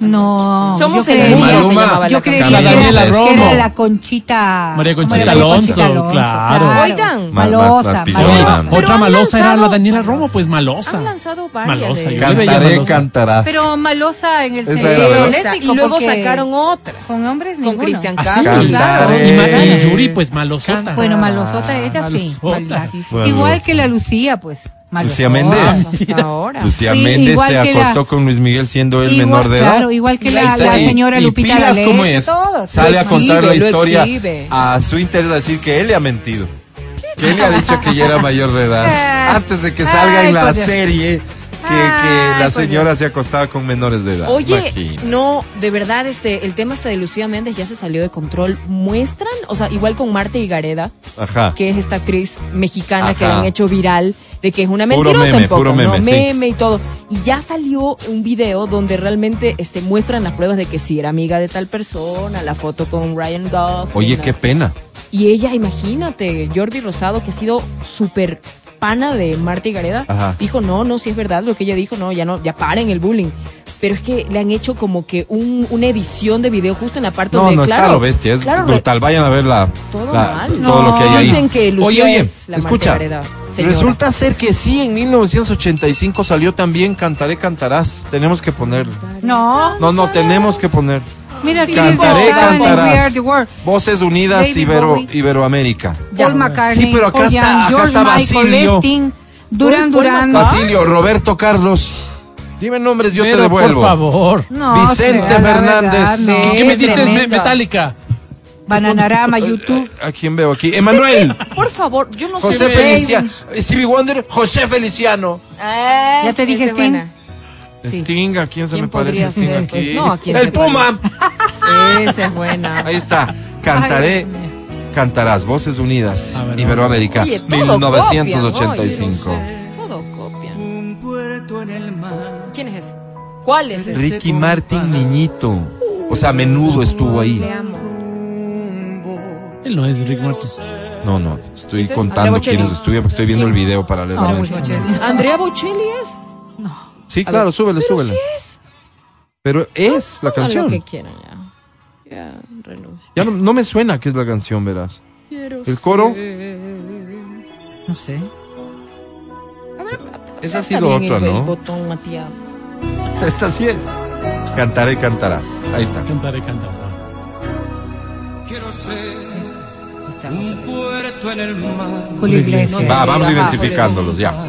Speaker 4: No.
Speaker 5: Somos
Speaker 4: yo
Speaker 5: el
Speaker 4: creía-
Speaker 5: mundo, se
Speaker 2: Maluma.
Speaker 5: llamaba la
Speaker 4: Yo creía que
Speaker 5: canción.
Speaker 3: Daniela
Speaker 4: era, que
Speaker 3: Romo.
Speaker 4: era la Conchita.
Speaker 3: María Conchita
Speaker 4: María
Speaker 3: Alonso, claro.
Speaker 5: Oigan.
Speaker 2: Mal-
Speaker 4: Malosa,
Speaker 2: más- más
Speaker 3: Oye,
Speaker 2: pillona.
Speaker 4: malosa.
Speaker 2: Pero
Speaker 3: otra
Speaker 5: han
Speaker 3: malosa era
Speaker 5: lanzado-
Speaker 3: la Daniela Romo, pues malosa.
Speaker 5: Han lanzado varias
Speaker 3: malosa.
Speaker 5: de-
Speaker 3: yo le veía
Speaker 2: Cantaré,
Speaker 3: malosa.
Speaker 2: cantará.
Speaker 4: Pero malosa en el
Speaker 2: Esa
Speaker 4: sentido
Speaker 2: era la verdad.
Speaker 4: eléctrico,
Speaker 5: Y luego
Speaker 4: porque
Speaker 5: sacaron otra.
Speaker 4: Con hombres
Speaker 5: Con
Speaker 4: ninguno.
Speaker 5: Cristian
Speaker 3: Ah, sí,
Speaker 5: Castro.
Speaker 2: Cantaré.
Speaker 5: claro.
Speaker 3: y, Ma- y Yuri, pues malosota.
Speaker 4: Bueno, malosota ella sí.
Speaker 3: Malosota.
Speaker 4: Malísima.
Speaker 2: Malosota.
Speaker 4: Igual que la Lucía, pues.
Speaker 2: Lucía
Speaker 4: malosota.
Speaker 2: Méndez.
Speaker 5: Hasta ahora.
Speaker 2: Lucía
Speaker 4: Ah, Sí,
Speaker 2: Pues Méndez
Speaker 4: igual
Speaker 2: se
Speaker 4: que la-
Speaker 2: acostó con Luis Miguel siendo el
Speaker 4: Igual,
Speaker 2: menor de edad.
Speaker 4: Claro, igual que la,
Speaker 2: Y
Speaker 4: la
Speaker 2: sale-
Speaker 4: señora
Speaker 2: y
Speaker 4: Lupita
Speaker 2: pilas
Speaker 4: D'Alessio,
Speaker 2: cómo es.
Speaker 4: todos.
Speaker 2: Sale a
Speaker 5: exhibe,
Speaker 2: contar la
Speaker 5: lo
Speaker 2: historia
Speaker 5: exhibe.
Speaker 2: a su interés a decir que él le ha mentido. Que él le ha dicho que ya era mayor de edad. Antes de que salga
Speaker 4: Ah. Ay,
Speaker 2: en la
Speaker 4: por Dios.
Speaker 2: serie que, que
Speaker 4: Ay,
Speaker 2: la
Speaker 4: por
Speaker 2: señora se acostaba con menores de edad.
Speaker 5: Oye,
Speaker 2: Imagina.
Speaker 5: no, de verdad, este, el tema este de Lucía Méndez ya se salió de control. Muestran, o sea, igual con Marta y Gareda,
Speaker 2: Ajá.
Speaker 5: que es esta actriz mexicana que
Speaker 2: Ajá.
Speaker 5: la han hecho viral de que es una
Speaker 2: Puro
Speaker 5: mentirosa
Speaker 2: meme,
Speaker 5: un poco,
Speaker 2: puro
Speaker 5: ¿no?
Speaker 2: meme, sí.
Speaker 5: y todo. Y ya salió un video donde realmente este, muestran las pruebas de que sí era amiga de tal persona, la foto con Ryan Gosling.
Speaker 2: Oye,
Speaker 5: la-
Speaker 2: qué pena.
Speaker 5: Y ella, imagínate, Jordi Rosado, que ha sido súper pana de Marta y Gareda,
Speaker 2: Ajá.
Speaker 5: dijo, no, no, si es verdad lo que ella dijo, no, ya no, ya paren el bullying. Pero es que le han hecho como que un- una edición de video justo en la parte
Speaker 2: No,
Speaker 5: donde,
Speaker 2: no
Speaker 5: claro.
Speaker 2: está lo bestia, es
Speaker 5: claro, re-
Speaker 2: brutal. Vayan a ver la, la-
Speaker 5: Todo mal.
Speaker 2: todo lo que hay ahí.
Speaker 5: Dicen que Lucía
Speaker 2: oye, oye,
Speaker 5: es la
Speaker 2: escucha.
Speaker 5: Marta Gareda, señora.
Speaker 2: Resulta ser que sí, en 1985 salió también Cantaré, Cantarás. Tenemos que ponerlo.
Speaker 4: No,
Speaker 2: No, no, tenemos que poner.
Speaker 4: mira que
Speaker 2: Cantaré,
Speaker 4: estaban en We Are
Speaker 2: cantarás.
Speaker 4: the World.
Speaker 2: Voces Unidas
Speaker 4: David
Speaker 2: Ibero,
Speaker 4: Bowie.
Speaker 2: Iberoamérica.
Speaker 4: Paul McCartney,
Speaker 2: Sí, pero acá
Speaker 4: Paul
Speaker 2: está-
Speaker 4: Young,
Speaker 2: acá
Speaker 4: George
Speaker 2: está
Speaker 4: Michael,
Speaker 2: Basilio.
Speaker 4: Lesting, Duran
Speaker 5: Paul
Speaker 4: Duran.
Speaker 2: Basilio, Roberto Carlos. Dime nombres, yo te
Speaker 3: Pero,
Speaker 2: devuelvo.
Speaker 3: por favor.
Speaker 4: No,
Speaker 2: Vicente
Speaker 4: será la
Speaker 2: Fernández.
Speaker 4: verdad, no.
Speaker 3: ¿Qué me
Speaker 5: Es
Speaker 3: dices,
Speaker 5: tremendo.
Speaker 3: Me- Metallica?
Speaker 4: Bananarama, YouTube.
Speaker 2: Eh, ¿A quién veo aquí? Emanuel.
Speaker 5: Por favor, yo no
Speaker 2: José
Speaker 5: sé.
Speaker 2: Feliciano. Stevie Wonder, José Feliciano.
Speaker 5: Eh,
Speaker 4: Ya te dije,
Speaker 5: esa es
Speaker 4: Sting.
Speaker 5: buena. Sí.
Speaker 2: Sting, ¿a quién se
Speaker 5: ¿Quién
Speaker 2: me parece
Speaker 5: podría
Speaker 2: Sting
Speaker 5: ser?
Speaker 2: aquí?
Speaker 5: Pues no, ¿a quién se
Speaker 2: El Puma.
Speaker 4: Ah.
Speaker 5: Esa es buena.
Speaker 2: Ahí está. Cantaré. Cantarás, Voces Unidas,
Speaker 3: A ver,
Speaker 2: Iberoamérica,
Speaker 5: Oye, todo
Speaker 2: 1985.
Speaker 5: Todo copia.
Speaker 10: Un puerto en el mar.
Speaker 5: ¿Quién es ese? ¿Cuál es ese?
Speaker 2: Ricky Martin, niñito. O sea, a menudo estuvo ahí.
Speaker 5: Le amo.
Speaker 3: Él no es Rick Martin.
Speaker 2: No, no, estoy
Speaker 5: ¿Ese es
Speaker 2: contando
Speaker 5: Andrea
Speaker 2: quiénes
Speaker 5: Bocelli?
Speaker 2: estuvieron porque estoy viendo el video para leer
Speaker 4: Ah,
Speaker 2: la
Speaker 4: muy
Speaker 2: letra.
Speaker 4: chévere.
Speaker 5: ¿Andrea Bocelli es?
Speaker 2: Sí,
Speaker 5: A
Speaker 2: claro,
Speaker 5: ver,
Speaker 2: súbele,
Speaker 5: pero
Speaker 2: súbele.
Speaker 5: sí es.
Speaker 2: Pero es la
Speaker 5: Hagan lo que
Speaker 2: canción.
Speaker 5: quieran ya. Ya, renuncio.
Speaker 2: Ya no, no me suena que es la canción, verás.
Speaker 5: Quiero
Speaker 2: El coro,
Speaker 4: No sé.
Speaker 2: esa ha
Speaker 5: Está
Speaker 2: sido
Speaker 5: bien
Speaker 2: otra,
Speaker 5: el, el
Speaker 2: ¿no?
Speaker 5: botón, Matías.
Speaker 2: Esta sí es. Cantaré, cantarás. Ahí está.
Speaker 3: Cantaré, cantarás.
Speaker 10: Quiero ser
Speaker 5: Ahí está, José
Speaker 10: un puerto en el mar.
Speaker 4: Julio Iglesias.
Speaker 2: Va,
Speaker 4: Ah,
Speaker 2: vamos
Speaker 5: Ajá.
Speaker 2: identificándolos ya.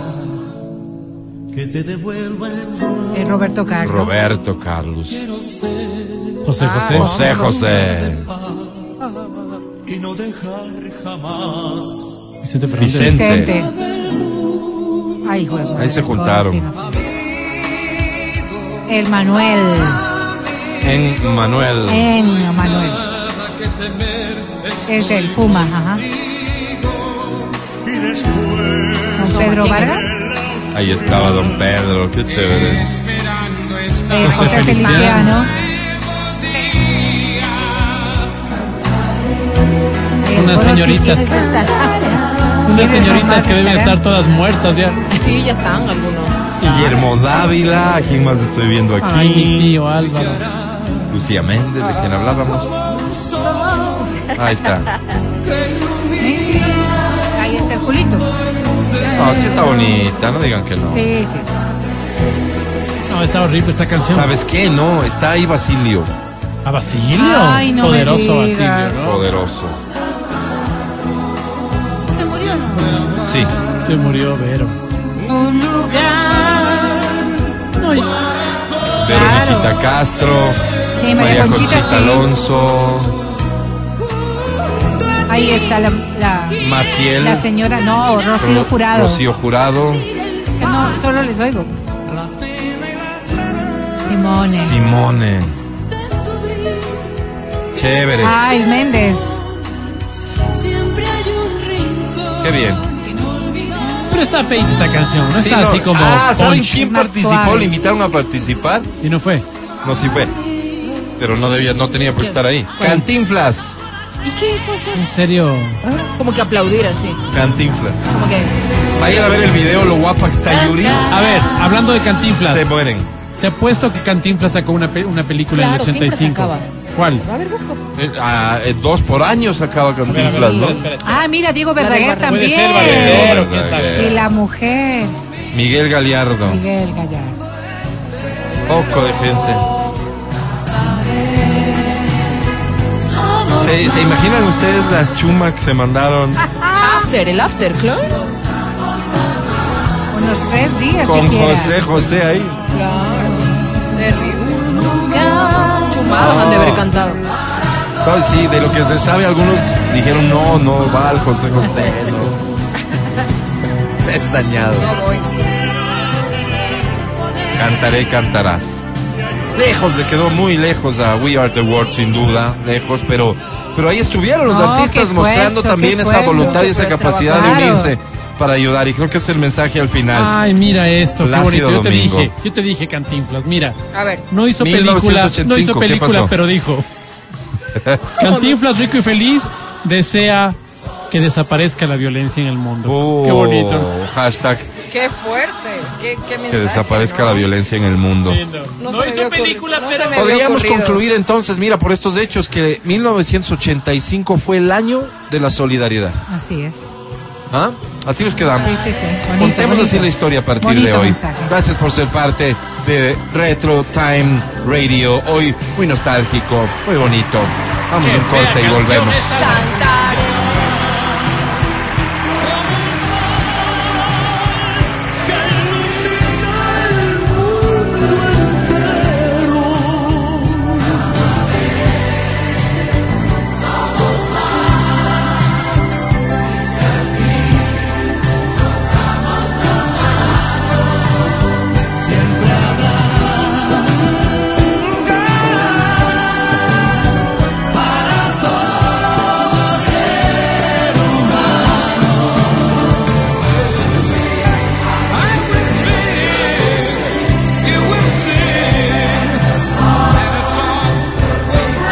Speaker 4: Eh, Roberto Carlos.
Speaker 2: Roberto Carlos.
Speaker 3: José José.
Speaker 2: José José.
Speaker 3: Vicente Fernández.
Speaker 2: Vicente.
Speaker 4: Vicente. Ay, juego.
Speaker 2: Ahí se juntaron.
Speaker 4: El Manuel.
Speaker 2: En Manuel.
Speaker 4: En Manuel. Es el Puma, ajá. Don Pedro Vargas.
Speaker 2: Ahí estaba Don Pedro, qué chévere. Ah,
Speaker 4: Eh, José Feliciano. El
Speaker 3: Unas
Speaker 4: coro sí
Speaker 3: señoritas.
Speaker 4: tiene que estar.
Speaker 3: Unas
Speaker 4: ¿Quiénes
Speaker 3: señoritas
Speaker 4: más
Speaker 3: que deben
Speaker 4: estarán?
Speaker 3: estar todas muertas ya.
Speaker 5: Sí, ya están algunos.
Speaker 2: Guillermo Dávila, ¿a quién más estoy viendo aquí?
Speaker 3: Ay, mi tío Álvaro.
Speaker 2: Lucía Méndez, de quien hablábamos. Ahí está.
Speaker 4: Ahí está el culito.
Speaker 2: No, sí está bonita, no digan que no.
Speaker 4: Sí, sí.
Speaker 3: No, está horrible esta canción.
Speaker 2: ¿Sabes qué? No, está ahí Basilio.
Speaker 3: A Basilio.
Speaker 4: Ay, no me
Speaker 3: Poderoso
Speaker 4: digas.
Speaker 3: Basilio, ¿no?
Speaker 2: Poderoso.
Speaker 4: ¿Se murió o no?
Speaker 2: Sí.
Speaker 3: Se murió Vero.
Speaker 10: Un lugar.
Speaker 3: No, y-
Speaker 2: Verónica Castro,
Speaker 4: Sí, María
Speaker 2: María
Speaker 4: Conchita,
Speaker 2: Conchita,
Speaker 4: sí.
Speaker 2: Alonso,
Speaker 4: Ahí está la, la,
Speaker 2: Maciel,
Speaker 4: la señora, no,
Speaker 2: Ro-
Speaker 4: Rocío Jurado.
Speaker 2: Rocío Jurado,
Speaker 4: Que No, solo les oigo. pues. Simone.
Speaker 2: Simone. Chévere.
Speaker 4: Ay, Méndez.
Speaker 2: Qué bien.
Speaker 3: Pero está feita esta canción, no
Speaker 2: Sí,
Speaker 3: está
Speaker 2: no.
Speaker 3: así como.
Speaker 2: Ah, ¿saben
Speaker 3: punch.
Speaker 2: quién
Speaker 4: Más
Speaker 2: participó?
Speaker 4: suave.
Speaker 2: ¿Le invitaron a participar?
Speaker 3: Y no fue.
Speaker 2: No, sí fue. Pero no debía, no tenía por qué estar ahí.
Speaker 5: Bueno.
Speaker 2: Cantinflas.
Speaker 5: ¿Y qué fue eso?
Speaker 3: En serio.
Speaker 5: Como que aplaudir así.
Speaker 2: Cantinflas.
Speaker 5: Como que.
Speaker 2: Vayan a ver el video, lo guapa que está Yuri.
Speaker 3: A ver, hablando de Cantinflas.
Speaker 2: Se mueren.
Speaker 3: Te apuesto que Cantinflas sacó una, pe- una película
Speaker 5: Claro,
Speaker 3: en el
Speaker 5: siempre
Speaker 3: 85.
Speaker 5: sacaba.
Speaker 3: ¿Cuál?
Speaker 5: A ver, busco.
Speaker 2: Eh, ah, eh, dos por año sacaba Cantinflas, ¿no?
Speaker 4: Ah, mira, Diego Verdaguer
Speaker 5: Barra-
Speaker 3: Puede ser
Speaker 4: también.
Speaker 3: Valero, quién
Speaker 4: Y
Speaker 3: sabe.
Speaker 4: la mujer,
Speaker 2: Miguel Galeardo.
Speaker 4: Miguel Gallardo.
Speaker 2: Poco de gente. ¿Se, se imaginan ustedes las chumas que se mandaron
Speaker 5: After, el after, claro.
Speaker 4: Unos tres días
Speaker 2: con
Speaker 4: siquiera.
Speaker 2: José José ahí?
Speaker 5: Claro. Terrible. Chumados han de haber cantado.
Speaker 2: No, sí, de lo que se sabe, algunos dijeron no, no va al José José. No. Es dañado. Cantaré, cantarás. Lejos, le quedó muy lejos a We Are the World, sin duda, lejos, pero, pero ahí estuvieron los
Speaker 4: No, qué
Speaker 2: artistas
Speaker 4: esfuerzo,
Speaker 2: mostrando
Speaker 4: qué
Speaker 2: también esa
Speaker 4: esfuerzo.
Speaker 2: voluntad y esa
Speaker 5: Mucho por
Speaker 2: capacidad
Speaker 4: trabajar.
Speaker 2: de unirse para ayudar. Y creo que es el mensaje al final.
Speaker 4: Ah.
Speaker 3: Ay, mira esto, qué bonito.
Speaker 2: Plácido
Speaker 3: Yo te
Speaker 2: Domingo.
Speaker 3: dije, yo te dije Cantinflas, mira.
Speaker 5: A ver.
Speaker 3: No hizo
Speaker 2: 1985,
Speaker 3: película, no hizo
Speaker 2: ¿qué
Speaker 3: película,
Speaker 2: pasó?
Speaker 3: pero dijo. Cantinflas rico y feliz desea que desaparezca la violencia en el mundo.
Speaker 2: Oh,
Speaker 3: Qué bonito.
Speaker 2: Hashtag
Speaker 5: Qué fuerte. Qué, qué mensaje.
Speaker 2: que desaparezca
Speaker 5: ¿no?
Speaker 2: la violencia en el mundo.
Speaker 3: Lindo. No,
Speaker 5: No se me había
Speaker 3: hizo
Speaker 5: ocurrido,
Speaker 3: película,
Speaker 5: no se
Speaker 3: pero
Speaker 5: me había
Speaker 2: Podríamos
Speaker 5: ocurrido.
Speaker 2: concluir entonces, mira, por estos hechos, que 1985 fue el año de la solidaridad.
Speaker 4: Así es.
Speaker 2: ¿Ah? Así nos quedamos.
Speaker 4: Sí, sí, sí. Bonito,
Speaker 2: Contemos
Speaker 4: bonito.
Speaker 2: así la historia a partir
Speaker 4: Bonito
Speaker 2: de hoy.
Speaker 4: mensaje.
Speaker 2: Gracias por ser parte de Retro Time Radio. Hoy muy nostálgico, muy bonito. Vamos a un corte y volvemos.
Speaker 5: Cantaré.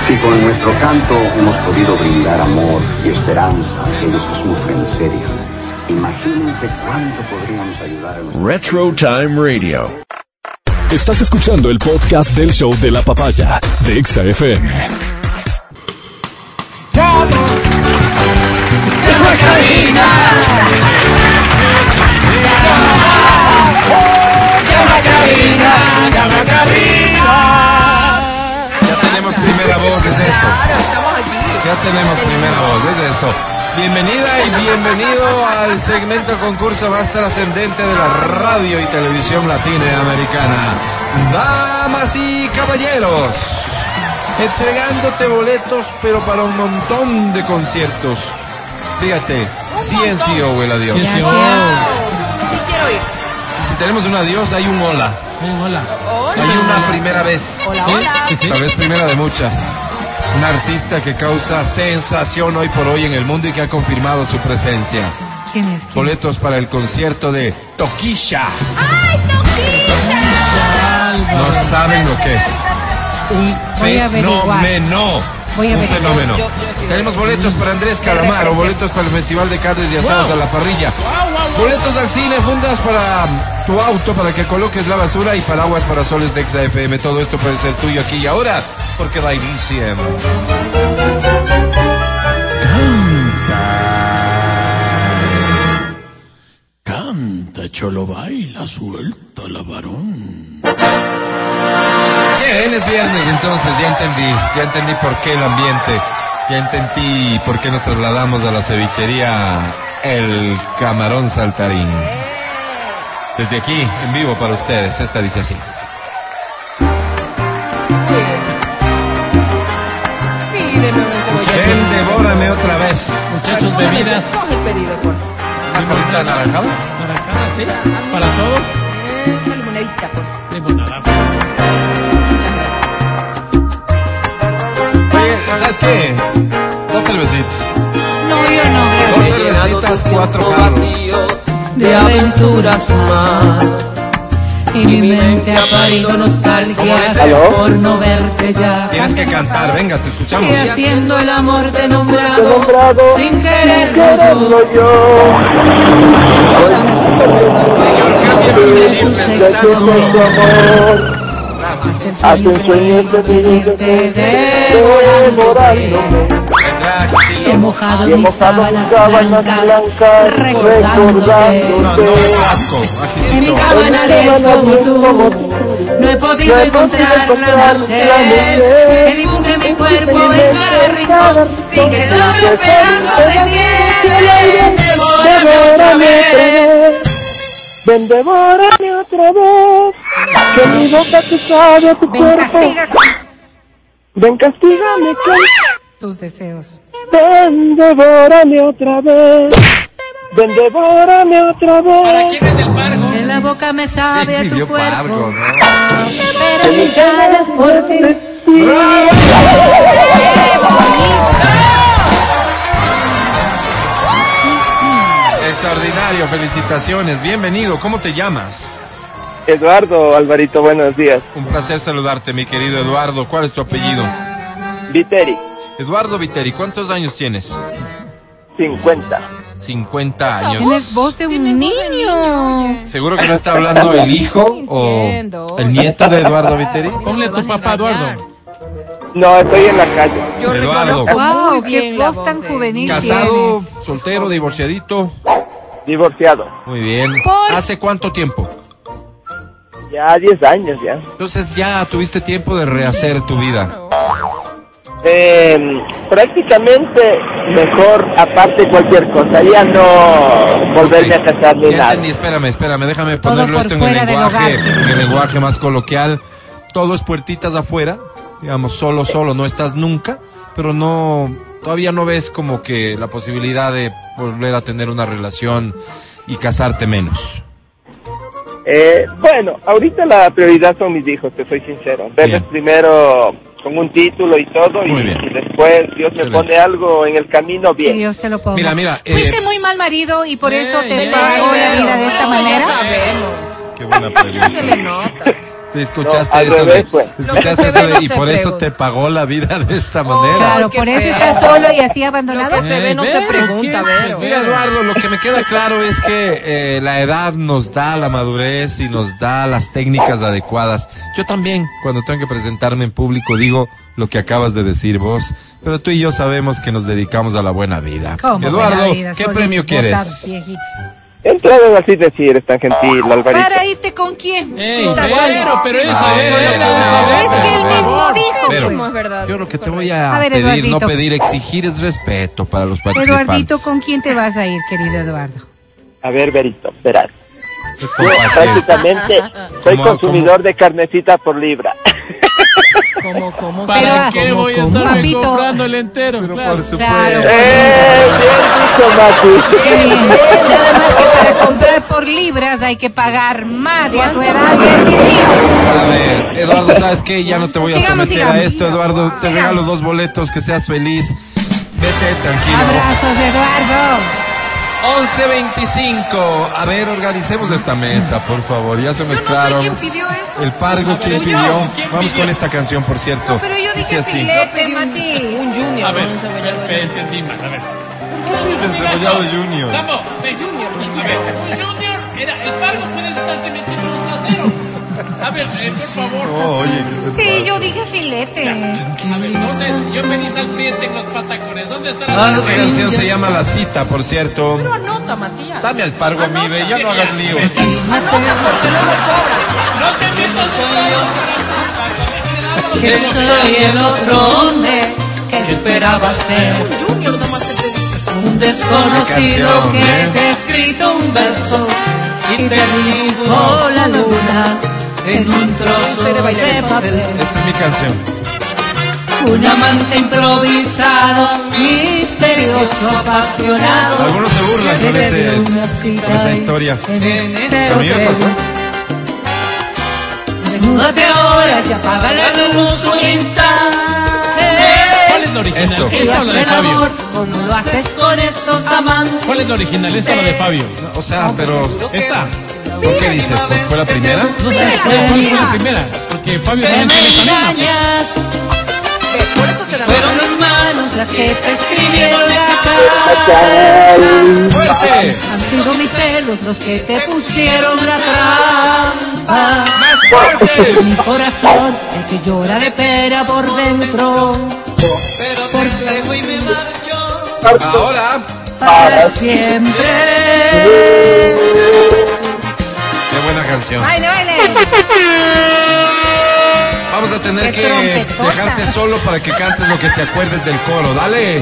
Speaker 11: Si con nuestro canto hemos podido brindar amor y esperanza a aquellos que sufren seria, imagínense cuánto podríamos ayudar a nuestros...
Speaker 7: Retro Time Radio.
Speaker 1: Estás escuchando el podcast del show de la papaya de Exa FM.
Speaker 2: Ya tenemos primera voz, es eso. Ya tenemos primera voz, es eso. Bienvenida y bienvenido al segmento concurso más trascendente de la radio y televisión latinoamericana. Damas y caballeros, entregándote boletos, pero para un montón de conciertos. Fíjate, CNCO, oh, el adiós.
Speaker 3: Gracias.
Speaker 5: Sí quiero ir.
Speaker 2: Y si tenemos un adiós, hay un hola.
Speaker 3: oh. Ay, hola.
Speaker 2: Hay una primera vez.
Speaker 5: Hola,
Speaker 3: Sí,
Speaker 5: hola.
Speaker 3: sí, sí.
Speaker 2: Tal vez primera de muchas. Una artista que causa sensación hoy por hoy en el mundo y que ha confirmado su presencia.
Speaker 4: ¿Quién es? ¿Quién es?
Speaker 2: Boletos para el concierto de Toquisha. No saben lo que es. Un
Speaker 4: Voy a averiguar.
Speaker 2: fenómeno.
Speaker 4: Voy a
Speaker 2: Un
Speaker 4: averiguar.
Speaker 2: fenómeno.
Speaker 5: Yo- yo sí voy.
Speaker 2: Tenemos boletos para Andrés Calamaro, boletos para el Festival de Carnes y Asadas a la Parrilla, boletos al cine, fundas para tu auto para que coloques la basura y paraguas para soles de Exa FM. Todo esto puede ser tuyo aquí y ahora, porque da inicio.
Speaker 3: Canta, cholo baila, suelta la varón.
Speaker 2: ¡Llegó! bien, es viernes, entonces ya entendí, ya entendí por qué el ambiente, ya entendí por qué nos trasladamos a la cevichería El Camarón Saltarín. Desde aquí, en vivo para ustedes, esta dice así.
Speaker 4: Pídeme unos cebollitos.
Speaker 2: Ven, devórame otra vez.
Speaker 3: Muchachos,
Speaker 4: Perdóname,
Speaker 3: bebidas.
Speaker 4: pero Coge el pedido, por favor.
Speaker 2: ¿Ajonita anaranjada?
Speaker 3: Naranjada, sí.
Speaker 4: A mí,
Speaker 3: Para todos,
Speaker 4: eh, una limonadita, por favor.
Speaker 3: limonada.
Speaker 4: Muchas gracias.
Speaker 2: Oye, ¿sabes qué? Dos cervecitas.
Speaker 12: No, yo no,
Speaker 2: Dos
Speaker 12: gracias.
Speaker 2: cervecitas, cuatro jarros.
Speaker 12: De aventuras más. Y mi mente ha parido
Speaker 2: ¿Cómo
Speaker 12: nostalgia
Speaker 2: dice?
Speaker 12: por no verte ya.
Speaker 2: Tienes que cantar, venga, te escuchamos.
Speaker 12: Y haciendo el amor te he nombrado, sin quererlo yo.
Speaker 2: Señor, cámbiame el chip, está loco.
Speaker 12: Haz un sueño que vivirte devorándome.
Speaker 2: Me traje,
Speaker 12: He
Speaker 2: sí.
Speaker 12: mojado mis sábanas blancas,
Speaker 2: No,
Speaker 12: recordándote.
Speaker 2: no, asco,
Speaker 12: En mi
Speaker 2: ajicito.
Speaker 12: cama nadie es como tú. No he podido encontrar la mujer que dibuje mi cuerpo en cada rincón. Sin que sobre pedazos de piel, devórame.
Speaker 13: Ven, devórame otra vez. Que mi boca te sabe a tu
Speaker 12: Ven,
Speaker 13: cuerpo.
Speaker 12: castiga
Speaker 13: Ven, castígame,
Speaker 12: tus deseos.
Speaker 13: que- Ven, devórame otra vez. Ven, devórame otra
Speaker 3: ¿Para
Speaker 13: vez.
Speaker 3: quién es del pargo?
Speaker 12: En la boca me sabe a tu
Speaker 2: Yo pargo,
Speaker 12: cuerpo.
Speaker 2: ¿no?
Speaker 12: Pero mis ganas por ti.
Speaker 2: Extraordinario, felicitaciones, bienvenido, ¿cómo te llamas?
Speaker 13: Eduardo Alvarito, buenos días.
Speaker 2: Un placer saludarte, mi querido Eduardo, ¿cuál es tu apellido?
Speaker 13: Viteri,
Speaker 2: Eduardo Viteri, ¿cuántos años tienes?
Speaker 13: 50.
Speaker 2: 50
Speaker 12: Tienes
Speaker 2: años.
Speaker 12: voz de un niño.
Speaker 2: ¿Seguro que no está hablando el hijo o
Speaker 4: Entiendo.
Speaker 2: el nieto de Eduardo Viteri?
Speaker 3: Ponle a tu papá, Eduardo.
Speaker 13: No, estoy en la calle.
Speaker 4: Yo
Speaker 2: Eduardo.
Speaker 4: reconozco
Speaker 12: Guau,
Speaker 4: muy
Speaker 12: qué
Speaker 4: bien la
Speaker 12: voz tan
Speaker 4: de-
Speaker 12: juvenil.
Speaker 2: Casado, soltero, divorciadito.
Speaker 13: Divorciado.
Speaker 2: Muy bien.
Speaker 4: Por-
Speaker 2: ¿Hace cuánto tiempo?
Speaker 13: Ya 10 años ya.
Speaker 2: Entonces ya tuviste tiempo de rehacer tu vida.
Speaker 13: Eh, prácticamente mejor aparte cualquier cosa. Ya no volverme
Speaker 2: Ok.
Speaker 13: a casar ni
Speaker 2: Ya
Speaker 13: nada.
Speaker 2: entendí, espérame, espérame, déjame
Speaker 12: Todo
Speaker 2: ponerlo
Speaker 12: por
Speaker 2: esto en el
Speaker 12: fuera del
Speaker 2: lenguaje,
Speaker 12: hogar.
Speaker 2: en el lenguaje más coloquial. Todo es puertitas afuera, digamos, solo, solo, no estás nunca, pero no, todavía no ves como que la posibilidad de volver a tener una relación y casarte menos.
Speaker 13: Eh, bueno, ahorita la prioridad son mis hijos, te soy sincero. Verles
Speaker 2: Bien.
Speaker 13: primero con un título y todo y,
Speaker 2: Muy bien.
Speaker 13: y después Dios me
Speaker 2: Excelente.
Speaker 13: pone algo en el camino
Speaker 12: Que
Speaker 13: bien.
Speaker 12: Dios te lo ponga.
Speaker 2: Mira, mira, eh,
Speaker 12: Fuiste muy mal marido y por eso te
Speaker 4: Pero-
Speaker 12: pagó la
Speaker 5: eh,
Speaker 12: vida de esta
Speaker 4: pero eso Ya
Speaker 12: manera.
Speaker 4: sabemos.
Speaker 2: qué buena pregunta.
Speaker 4: Se le nota.
Speaker 2: ¿Te escuchaste
Speaker 13: No, al
Speaker 2: eso
Speaker 13: revés,
Speaker 2: de,
Speaker 13: pues.
Speaker 4: Lo
Speaker 2: escuchaste
Speaker 4: que se
Speaker 2: eso
Speaker 4: ve
Speaker 2: de,
Speaker 4: no
Speaker 2: y
Speaker 4: se
Speaker 2: por eso
Speaker 4: pregunta. Oh,
Speaker 2: te pagó la vida de esta manera?
Speaker 12: Claro,
Speaker 4: qué
Speaker 12: por eso
Speaker 4: feo.
Speaker 12: estás solo y así
Speaker 4: Lo
Speaker 12: abandonado.
Speaker 4: que Eh, se ve no se
Speaker 3: Vero,
Speaker 4: pregunta,
Speaker 3: ¿qué?
Speaker 4: Vero.
Speaker 2: Mira, Eduardo, lo que me queda claro es que eh, la edad nos da la madurez y nos da las técnicas adecuadas. Yo también, cuando tengo que presentarme en público, digo lo que acabas de decir vos, pero tú y yo sabemos que nos dedicamos a la buena vida.
Speaker 12: ¿Cómo?
Speaker 2: Eduardo,
Speaker 12: Buena vida,
Speaker 2: ¿qué
Speaker 12: solitos,
Speaker 2: premio quieres?
Speaker 12: botar, viejitos.
Speaker 13: Entraron así decir, es tan gentil, Alvarito.
Speaker 12: ¿Para irte con quién?
Speaker 3: Ey,
Speaker 12: Si estás
Speaker 3: Vero,
Speaker 12: solo.
Speaker 3: pero él
Speaker 2: Ah,
Speaker 3: sabe,
Speaker 2: bueno,
Speaker 3: él
Speaker 2: bueno,
Speaker 3: sabe.
Speaker 12: Es que él mismo dijo,
Speaker 2: Pero-
Speaker 4: No, es
Speaker 12: pues.
Speaker 4: verdad.
Speaker 2: Yo lo que te voy a,
Speaker 12: A ver,
Speaker 2: pedir, no
Speaker 12: Eduardito.
Speaker 2: pedir, exigir es respeto para los participantes.
Speaker 12: Eduardito, ¿con quién te vas a ir, querido Eduardo?
Speaker 13: A ver, Berito, verás.
Speaker 2: Es
Speaker 13: Yo
Speaker 2: por paciencia.
Speaker 13: prácticamente soy
Speaker 2: ¿Cómo-
Speaker 13: consumidor de carnecita por libra.
Speaker 4: ¿Cómo, cómo?
Speaker 3: ¿Para
Speaker 12: Pero-
Speaker 3: qué
Speaker 12: ¿cómo,
Speaker 3: voy a
Speaker 12: cómo?
Speaker 3: estarme
Speaker 12: Papito.
Speaker 3: comprando el entero?
Speaker 2: Pero
Speaker 3: Claro.
Speaker 2: por supuesto.
Speaker 12: Claro.
Speaker 13: ¡Eh! Bien dicho, Mati.
Speaker 12: Qué bien. Nada más que para comprar por libras hay que pagar más. Y a tu edad ya es difícil.
Speaker 2: A ver, Eduardo, ¿sabes qué? Ya no te voy a
Speaker 12: Sigamos,
Speaker 2: someter a
Speaker 12: sigamos.
Speaker 2: esto, Eduardo. Te
Speaker 12: Sigamos.
Speaker 2: regalo dos boletos, que seas feliz. Vete tranquilo.
Speaker 12: Abrazos, Eduardo.
Speaker 2: 11.25. A ver, organicemos esta mesa, por favor. Ya se
Speaker 4: Yo no sé
Speaker 2: mezclaron.
Speaker 4: quién pidió eso.
Speaker 2: El pargo, ¿quién
Speaker 4: Yo.
Speaker 2: pidió?
Speaker 3: ¿Quién
Speaker 2: Vamos
Speaker 3: pidió?
Speaker 2: con esta canción, por cierto.
Speaker 12: pero yo
Speaker 2: Dice
Speaker 12: dije
Speaker 2: así.
Speaker 12: filete.
Speaker 4: Yo pedí un,
Speaker 12: Mati.
Speaker 4: un junior.
Speaker 3: A ver,
Speaker 4: un cebollado
Speaker 3: pe-
Speaker 4: junior.
Speaker 3: entendí mal, a ver.
Speaker 2: Es encebollado junior.
Speaker 3: Sambo, ve.
Speaker 4: Junior, chiquito.
Speaker 3: A ver, un Junior era el pargo, puedes estarte metiendo en su trasero. A ver, eh, por favor.
Speaker 2: No, Oh, oye, ¿qué te
Speaker 12: Sí,
Speaker 2: pasa?
Speaker 12: yo dije filete.
Speaker 3: A ver, ¿dónde? Yo pedí salpriete en los patacones. ¿Dónde está la
Speaker 2: Ah, esta canción se
Speaker 4: ya
Speaker 2: llama La Cita, por cierto.
Speaker 4: Pero anota, Matías.
Speaker 2: Dame al pargo a mí, ve, ya no hagas lío.
Speaker 4: Anota, porque luego cobra.
Speaker 3: No te metas en el
Speaker 12: que yo soy el otro hombre que esperabas ser. Un desconocido que
Speaker 2: ¿eh?
Speaker 12: te ha escrito un verso y te dibujó la luna en un trozo de papel.
Speaker 2: Esta es mi canción.
Speaker 12: Un amante improvisado, misterioso, apasionado.
Speaker 2: Algunos se burlan con, ese- con esa historia.
Speaker 12: este
Speaker 2: A mí me
Speaker 12: hotel.
Speaker 2: pasó.
Speaker 12: Desnúdate ahora y apaga la luz un instante.
Speaker 3: ¿Cuál es la original?
Speaker 12: Esto.
Speaker 3: Esta o la de
Speaker 12: Haz el amor
Speaker 3: Fabio.
Speaker 12: como lo haces con esos amantes.
Speaker 3: ¿Cuál es la original? Esta o la de Fabio.
Speaker 2: O sea, pero.
Speaker 3: Esta.
Speaker 2: ¿Por qué dices? ¿Por- ¿Fue la primera?
Speaker 3: No sé cuál cuál fue la primera. Porque Fabio
Speaker 12: Te me
Speaker 3: también tiene esta misma.
Speaker 12: engañas. Fueron mis manos las que te escribieron la carta. Han sido mis celos los que te pusieron la trampa. Es mi corazón el que llora de pera por dentro. Pero te entrego y me marcho.
Speaker 2: Ahora.
Speaker 12: Para siempre.
Speaker 2: Qué buena canción.
Speaker 4: Baile, baile.
Speaker 2: Vamos a tener
Speaker 4: Qué
Speaker 2: que
Speaker 4: trompetota.
Speaker 2: dejarte solo para que cantes lo que te acuerdes del coro. Dale.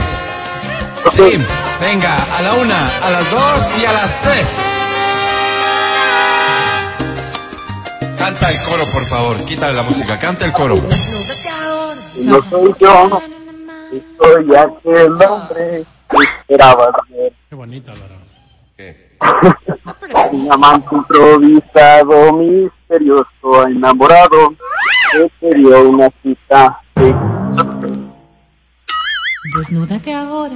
Speaker 2: Sí. Venga, a la una, a las dos y a las tres. Canta el coro, por favor. Quítale la música. Canta el coro.
Speaker 13: No soy yo, y soy aquel hombre que esperabas ver.
Speaker 3: Qué bonito, Álvaro.
Speaker 13: Un amante improvisado, misterioso, enamorado, que te dio una cita.
Speaker 12: Desnúdate ahora.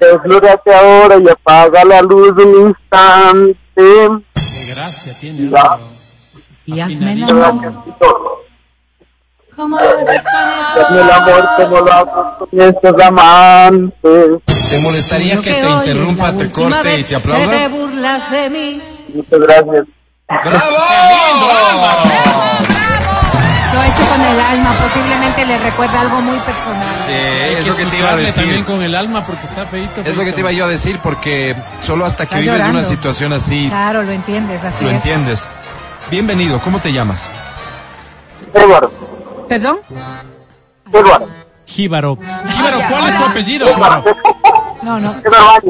Speaker 13: Desnúdate ahora y apaga la luz un instante.
Speaker 3: Qué gracia tiene.
Speaker 13: Ya.
Speaker 3: Álvaro.
Speaker 12: Y hazme el
Speaker 13: Hazme
Speaker 12: amor. ¿Cómo lo haces con
Speaker 13: el amor como lo haces con estos amantes.
Speaker 2: ¿Te molestaría que te interrumpa, te corte y te
Speaker 12: Que
Speaker 2: aplauda?
Speaker 12: te burlas de mí.
Speaker 13: Muchas gracias.
Speaker 2: ¡Bravo!
Speaker 4: Lo he hecho con el alma, posiblemente le recuerda algo muy personal.
Speaker 2: Eh,
Speaker 3: Hay
Speaker 2: es lo que te iba a
Speaker 3: escucharle
Speaker 2: decir.
Speaker 3: también con el alma porque está feito.
Speaker 2: Es lo que te iba yo a decir porque solo hasta que
Speaker 4: Estás
Speaker 2: vives
Speaker 4: llorando.
Speaker 2: una situación así
Speaker 4: Claro, lo entiendes, así
Speaker 2: lo
Speaker 4: es.
Speaker 2: entiendes. Bienvenido, ¿cómo te llamas?
Speaker 13: Eduardo.
Speaker 4: ¿Perdón?
Speaker 13: Eduardo.
Speaker 3: Jíbaro. Jíbaro,
Speaker 4: Ay,
Speaker 3: ¿cuál es tu
Speaker 4: hola.
Speaker 3: apellido, Jíbaro?
Speaker 4: No, no.
Speaker 2: Está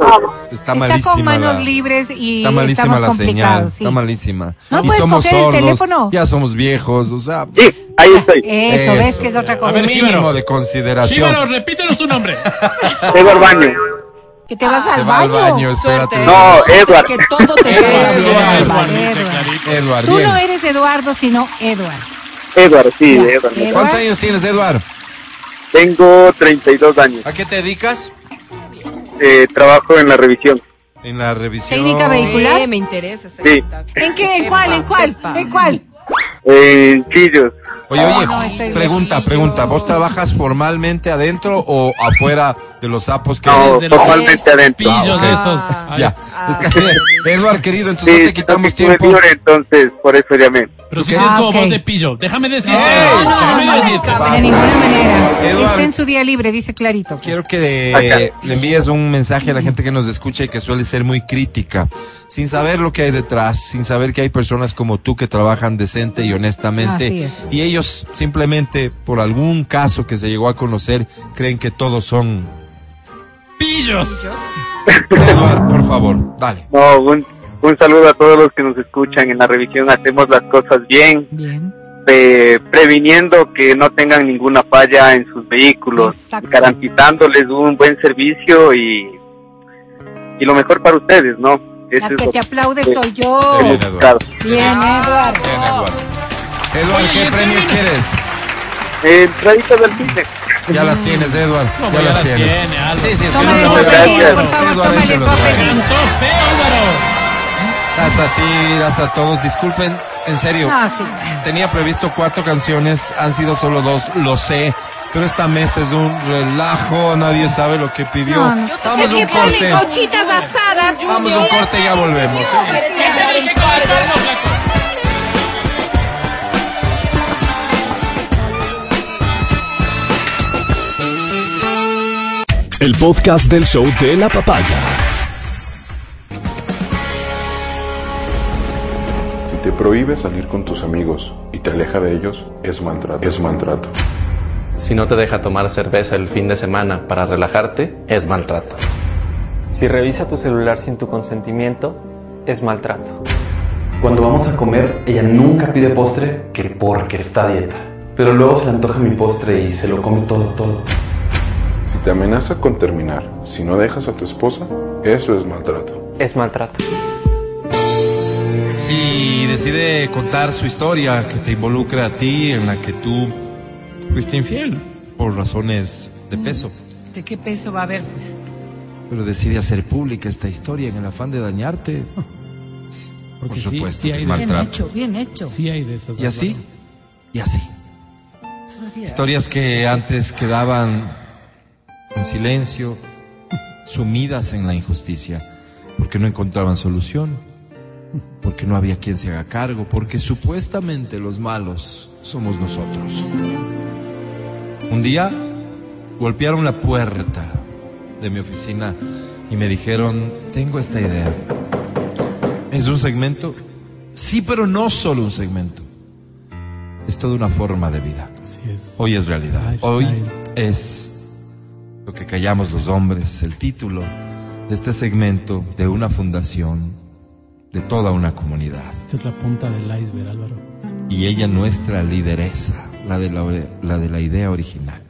Speaker 4: Está
Speaker 2: malísima.
Speaker 4: con manos
Speaker 2: la-
Speaker 4: libres y
Speaker 2: Está malísima
Speaker 4: estamos
Speaker 2: la señal,
Speaker 4: complicados. sí.
Speaker 2: está malísima.
Speaker 4: ¿No
Speaker 2: y
Speaker 4: puedes
Speaker 2: somos
Speaker 4: coger el
Speaker 2: sordos,
Speaker 4: teléfono?
Speaker 2: Ya somos viejos, o sea.
Speaker 13: ahí estoy.
Speaker 4: Eso, ves que es otra cosa.
Speaker 3: ver,
Speaker 2: mínimo
Speaker 3: Jíbaro.
Speaker 2: de consideración.
Speaker 3: Jíbaro, repítenos tu nombre.
Speaker 13: Eduardo Baño.
Speaker 4: Que te vas
Speaker 2: Se
Speaker 4: al
Speaker 2: va al
Speaker 4: baño.
Speaker 2: baño, espérate.
Speaker 4: Suerte.
Speaker 13: No, Edward.
Speaker 4: Que todo te salga bien.
Speaker 3: Eduardo,
Speaker 2: Eduard,
Speaker 4: Tú
Speaker 2: bien.
Speaker 4: no eres Eduardo, sino Edward.
Speaker 13: Edward, sí, Edward.
Speaker 4: Edward.
Speaker 2: ¿Cuántos años tienes, Eduard?
Speaker 13: Tengo 32 años.
Speaker 2: ¿A qué te dedicas?
Speaker 13: Eh, trabajo en la revisión.
Speaker 2: En la revisión.
Speaker 4: Técnica vehicular.
Speaker 14: Eh, me interesa ese
Speaker 13: Sí.
Speaker 14: contacto.
Speaker 4: ¿En qué? ¿En cuál? ¿En cuál? ¿En cuál?
Speaker 13: En Chillos.
Speaker 2: Oye, oye,
Speaker 4: No, estoy
Speaker 2: pregunta, pregunta. ¿Vos trabajas formalmente adentro o afuera de los sapos que
Speaker 13: No,
Speaker 3: Desde los
Speaker 13: totalmente adentro.
Speaker 3: Pillos
Speaker 2: ok.
Speaker 3: de esos.
Speaker 2: Ah, Ya. Es
Speaker 4: Ah.
Speaker 2: que, Eduard, querido, entonces no
Speaker 13: Sí,
Speaker 2: te quitamos
Speaker 13: estuve
Speaker 2: tiempo.
Speaker 13: libre, entonces por eso llamé.
Speaker 3: Pero si
Speaker 2: ¿Qué?
Speaker 3: tienes
Speaker 4: Ah,
Speaker 3: como
Speaker 4: ok.
Speaker 3: voz de pillo. Déjame decirte.
Speaker 2: No, no,
Speaker 3: déjame
Speaker 4: no,
Speaker 3: decirte.
Speaker 2: no,
Speaker 4: De ninguna manera.
Speaker 2: Eduardo.
Speaker 4: Está en su día libre, dice clarito. pues.
Speaker 2: Quiero que
Speaker 13: Acá.
Speaker 2: le envíes un mensaje a la gente que nos escucha y que suele ser muy crítica, sin saber lo que hay detrás, sin saber que hay personas como tú que trabajan decente y
Speaker 4: Así
Speaker 2: honestamente.
Speaker 4: es.
Speaker 2: Y ellos simplemente, por algún caso que se llegó a conocer, creen que todos son...
Speaker 3: Pillos.
Speaker 2: Eduard, por favor, dale.
Speaker 13: No, un, un saludo a todos los que nos escuchan en la revisión. Hacemos las cosas bien,
Speaker 4: Bien.
Speaker 13: eh, previniendo que no tengan ninguna falla en sus vehículos,
Speaker 4: Exacto.
Speaker 13: garantizándoles un buen servicio y, y lo mejor para ustedes, ¿no?
Speaker 4: La
Speaker 13: Eso es
Speaker 4: que
Speaker 13: lo
Speaker 4: te aplaude
Speaker 13: que
Speaker 4: soy yo.
Speaker 2: Bien,
Speaker 13: hemos
Speaker 2: Eduardo.
Speaker 13: buscado.
Speaker 4: Oh. Bien, Eduardo.
Speaker 2: Bien, Eduard. Eduard, ¿qué premio quieres?
Speaker 13: Eh, entraditas del cine.
Speaker 2: Ya las tienes, Eduard.
Speaker 3: ¿Cómo
Speaker 2: Ya las tienes.
Speaker 3: Álvaro?
Speaker 2: Sí, sí, es que no
Speaker 4: Tómale
Speaker 2: me
Speaker 13: no,
Speaker 2: voy
Speaker 4: dos
Speaker 2: a-
Speaker 13: gracias.
Speaker 4: pedidos, por favor,
Speaker 2: Eduard, ahí
Speaker 4: tómale
Speaker 2: se los
Speaker 4: dos
Speaker 2: traigo.
Speaker 4: pedidos.
Speaker 3: Cantó feo, Álvaro.
Speaker 2: Das a ti, das a todos. Disculpen, en serio.
Speaker 4: Ah, sí.
Speaker 2: Tenía previsto cuatro canciones, han sido solo dos, lo sé. Pero esta mesa es un relajo, nadie sabe lo que pidió.
Speaker 4: No, no.
Speaker 2: Vamos
Speaker 4: es
Speaker 2: a un
Speaker 4: que ponen
Speaker 2: corte.
Speaker 4: cochitas asadas.
Speaker 2: Vamos a un corte y ya volvemos. ¿eh?
Speaker 1: El podcast del show de la papaya.
Speaker 15: Si te prohíbe salir con tus amigos y te aleja de ellos, es maltrato. Es maltrato. Si no te deja tomar cerveza el fin de semana para relajarte, es maltrato. Si revisa tu celular sin tu consentimiento, es maltrato. Cuando vamos a comer, ella nunca pide postre que porque está a dieta. Pero luego se le antoja mi postre y se lo come todo, todo.
Speaker 16: Si te amenaza con terminar, si no dejas a tu esposa, eso es maltrato.
Speaker 15: Es maltrato.
Speaker 2: Si decide contar su historia que te involucra a ti, en la que tú fuiste infiel por razones de peso,
Speaker 4: Mm.
Speaker 17: ¿De qué peso va a haber, pues?
Speaker 2: pero decide hacer pública esta historia en el afán de dañarte, por
Speaker 3: sí,
Speaker 2: supuesto
Speaker 3: sí
Speaker 2: que
Speaker 3: hay
Speaker 2: es
Speaker 3: de-
Speaker 17: Bien
Speaker 2: maltrato.
Speaker 17: hecho, bien hecho.
Speaker 3: Sí hay de esas.
Speaker 2: Y así, y así.
Speaker 17: Todavía.
Speaker 2: Historias que antes quedaban en silencio, sumidas en la injusticia, porque no encontraban solución, porque no había quien se haga cargo, porque supuestamente los malos somos nosotros. Un día golpearon la puerta de mi oficina y me dijeron, tengo esta idea. Es un segmento, sí, pero no solo un segmento. Es toda una forma de vida.
Speaker 3: Así es.
Speaker 2: Hoy es realidad.
Speaker 3: Lifestyle.
Speaker 2: Hoy es lo que callamos los hombres, el título de este segmento de una fundación, de toda una comunidad.
Speaker 3: Esta es la punta del iceberg, Álvaro.
Speaker 2: Y ella nuestra lideresa, la de la, la de la idea original.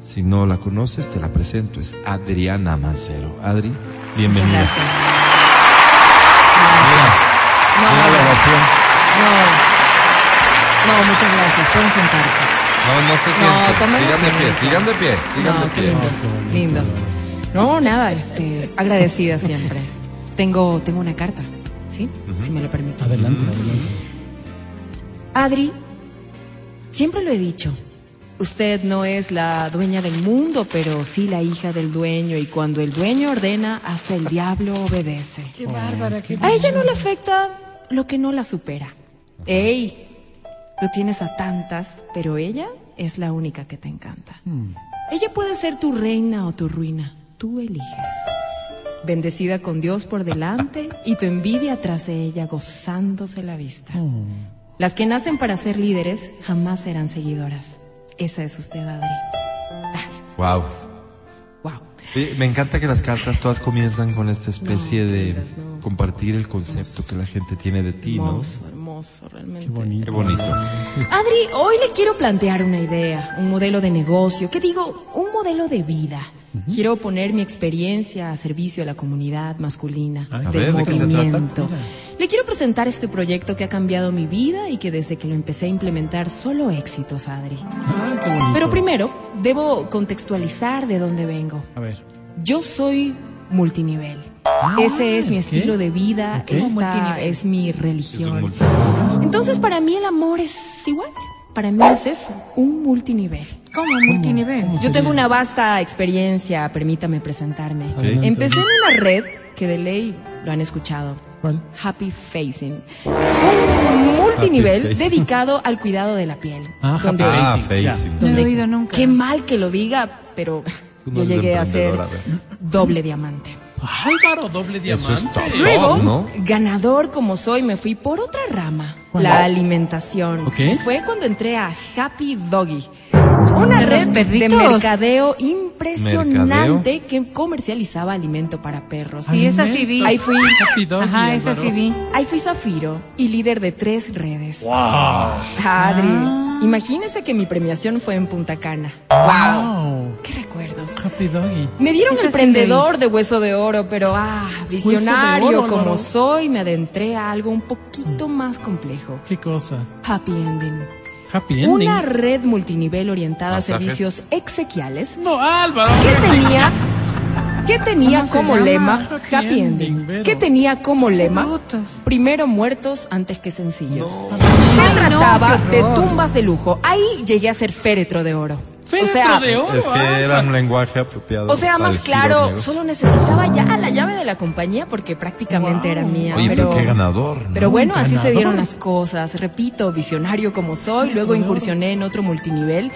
Speaker 2: Si no la conoces, te la presento. Es Adriana Mancero. Adri, bienvenida.
Speaker 4: Gracias.
Speaker 5: No,
Speaker 2: Una grabación.
Speaker 5: no, no, muchas gracias. Pueden sentarse.
Speaker 2: No, no se
Speaker 5: No,
Speaker 2: siente.
Speaker 5: tomen
Speaker 2: sigan de pie,
Speaker 5: asiento.
Speaker 2: sigan de pie, sigan
Speaker 5: No,
Speaker 2: de
Speaker 5: qué
Speaker 2: pie.
Speaker 5: lindos, lindos. No, nada, este, agradecida siempre. Tengo, tengo una carta, ¿sí? Si me lo permiten.
Speaker 3: Adelante, adelante.
Speaker 5: Adri, siempre lo he dicho. Usted no es la dueña del mundo, pero sí la hija del dueño. Y cuando el dueño ordena, hasta el diablo obedece.
Speaker 17: Qué bárbara, qué
Speaker 5: A ella no le afecta lo que no la supera. ¡Ey! Tú tienes a tantas, pero ella es la única que te encanta. Ella puede ser tu reina o tu ruina. Tú eliges. Bendecida con Dios por delante y tu envidia atrás de ella gozándose la vista. Las que nacen para ser líderes jamás serán seguidoras. Esa es usted, Adri.
Speaker 2: Wow.
Speaker 5: Wow.
Speaker 2: me encanta que las cartas todas comienzan con esta especie de compartir el concepto que la gente tiene de ti, ¿no?
Speaker 5: Hermoso, hermoso, realmente.
Speaker 2: Qué bonito. Ah,
Speaker 5: Adri, hoy le quiero plantear una idea, un modelo de negocio, ¿qué digo? Un modelo de vida. Quiero poner mi experiencia a servicio de la comunidad masculina,
Speaker 2: Ay,
Speaker 5: del
Speaker 2: Ah, a ver, ¿de qué se
Speaker 5: movimiento.
Speaker 2: trata?
Speaker 5: Le quiero presentar este proyecto que ha cambiado mi vida y que desde que lo empecé a implementar solo éxitos, Adri.
Speaker 2: Ah,
Speaker 5: Pero primero, debo contextualizar de dónde vengo.
Speaker 3: A ver.
Speaker 5: Yo soy multinivel.
Speaker 2: Ah,
Speaker 5: Ese es mi
Speaker 3: ¿qué?
Speaker 5: estilo de vida,
Speaker 3: Ok. ¿Cómo
Speaker 5: esta
Speaker 3: multinivel?
Speaker 5: es mi religión. Entonces, para mí el amor es igual. Para mí es eso, un multinivel.
Speaker 17: ¿Cómo? Multinivel.
Speaker 5: Yo tengo una vasta experiencia, permítame presentarme.
Speaker 17: Adelante.
Speaker 5: Empecé en una red que de ley lo han escuchado. Happy Facing. Un multinivel
Speaker 17: Facing.
Speaker 5: dedicado al cuidado de la piel.
Speaker 17: Ah,
Speaker 5: donde-
Speaker 17: Happy Ah, Facing, ya. Facing.
Speaker 5: donde-
Speaker 17: No he oído nunca.
Speaker 5: Qué mal que lo diga, pero
Speaker 2: Tú no
Speaker 5: yo
Speaker 2: eres
Speaker 5: llegué a ser
Speaker 2: emprendedora,
Speaker 5: doble diamante.
Speaker 3: Álvaro, doble diamante.
Speaker 5: Luego,
Speaker 2: ¿no?
Speaker 5: ganador como soy, me fui por otra rama,
Speaker 3: ¿Cuál?
Speaker 5: la alimentación.
Speaker 3: Ok.
Speaker 5: Fue cuando entré a Happy Doggy, una red de mercadeo impresionante que comercializaba alimento para perros.
Speaker 4: Ah,
Speaker 17: Sí, esa sí vi.
Speaker 5: Ahí fui.
Speaker 17: Happy Doggy, Ajá, esa Álvaro. sí vi.
Speaker 5: Ahí fui Zafiro y líder de tres redes.
Speaker 4: Wow.
Speaker 5: Adri, imagínese que mi premiación fue en Punta Cana.
Speaker 3: Wow.
Speaker 5: ¿Qué recuerdos?
Speaker 3: Happy Doggy.
Speaker 5: Me dieron
Speaker 3: Esa sí
Speaker 5: emprendedor de hueso de oro, pero ah,
Speaker 3: Hueso de oro,
Speaker 5: visionario como
Speaker 3: Álvaro.
Speaker 5: soy, me adentré a algo un poquito más complejo.
Speaker 3: ¿Qué cosa?
Speaker 5: Happy Ending.
Speaker 3: Happy ending.
Speaker 5: Una red multinivel orientada a
Speaker 3: Masajes.
Speaker 5: servicios exequiales.
Speaker 3: No, Álvaro.
Speaker 5: Que tenía que tenía
Speaker 3: ¿Cómo se
Speaker 5: como
Speaker 3: llama?
Speaker 5: lema
Speaker 3: Happy
Speaker 5: Happy
Speaker 3: ending,
Speaker 5: Ending.
Speaker 3: Vero.
Speaker 5: que tenía como lema primero muertos antes que sencillos. Se trataba de tumbas de lujo. Ahí llegué a ser féretro de oro. o sea,
Speaker 2: Es
Speaker 3: ah.
Speaker 2: que era un lenguaje apropiado.
Speaker 5: Ah, o sea, más
Speaker 2: al
Speaker 5: claro,
Speaker 2: gironeo.
Speaker 5: solo necesitaba ya la llave de la compañía porque prácticamente era mía.
Speaker 2: Oye, pero,
Speaker 5: pero,
Speaker 2: qué ganador. ¿no?
Speaker 5: pero bueno, así se
Speaker 2: Ganador.
Speaker 5: dieron las cosas. Repito, visionario como soy, luego incursioné en otro multinivel.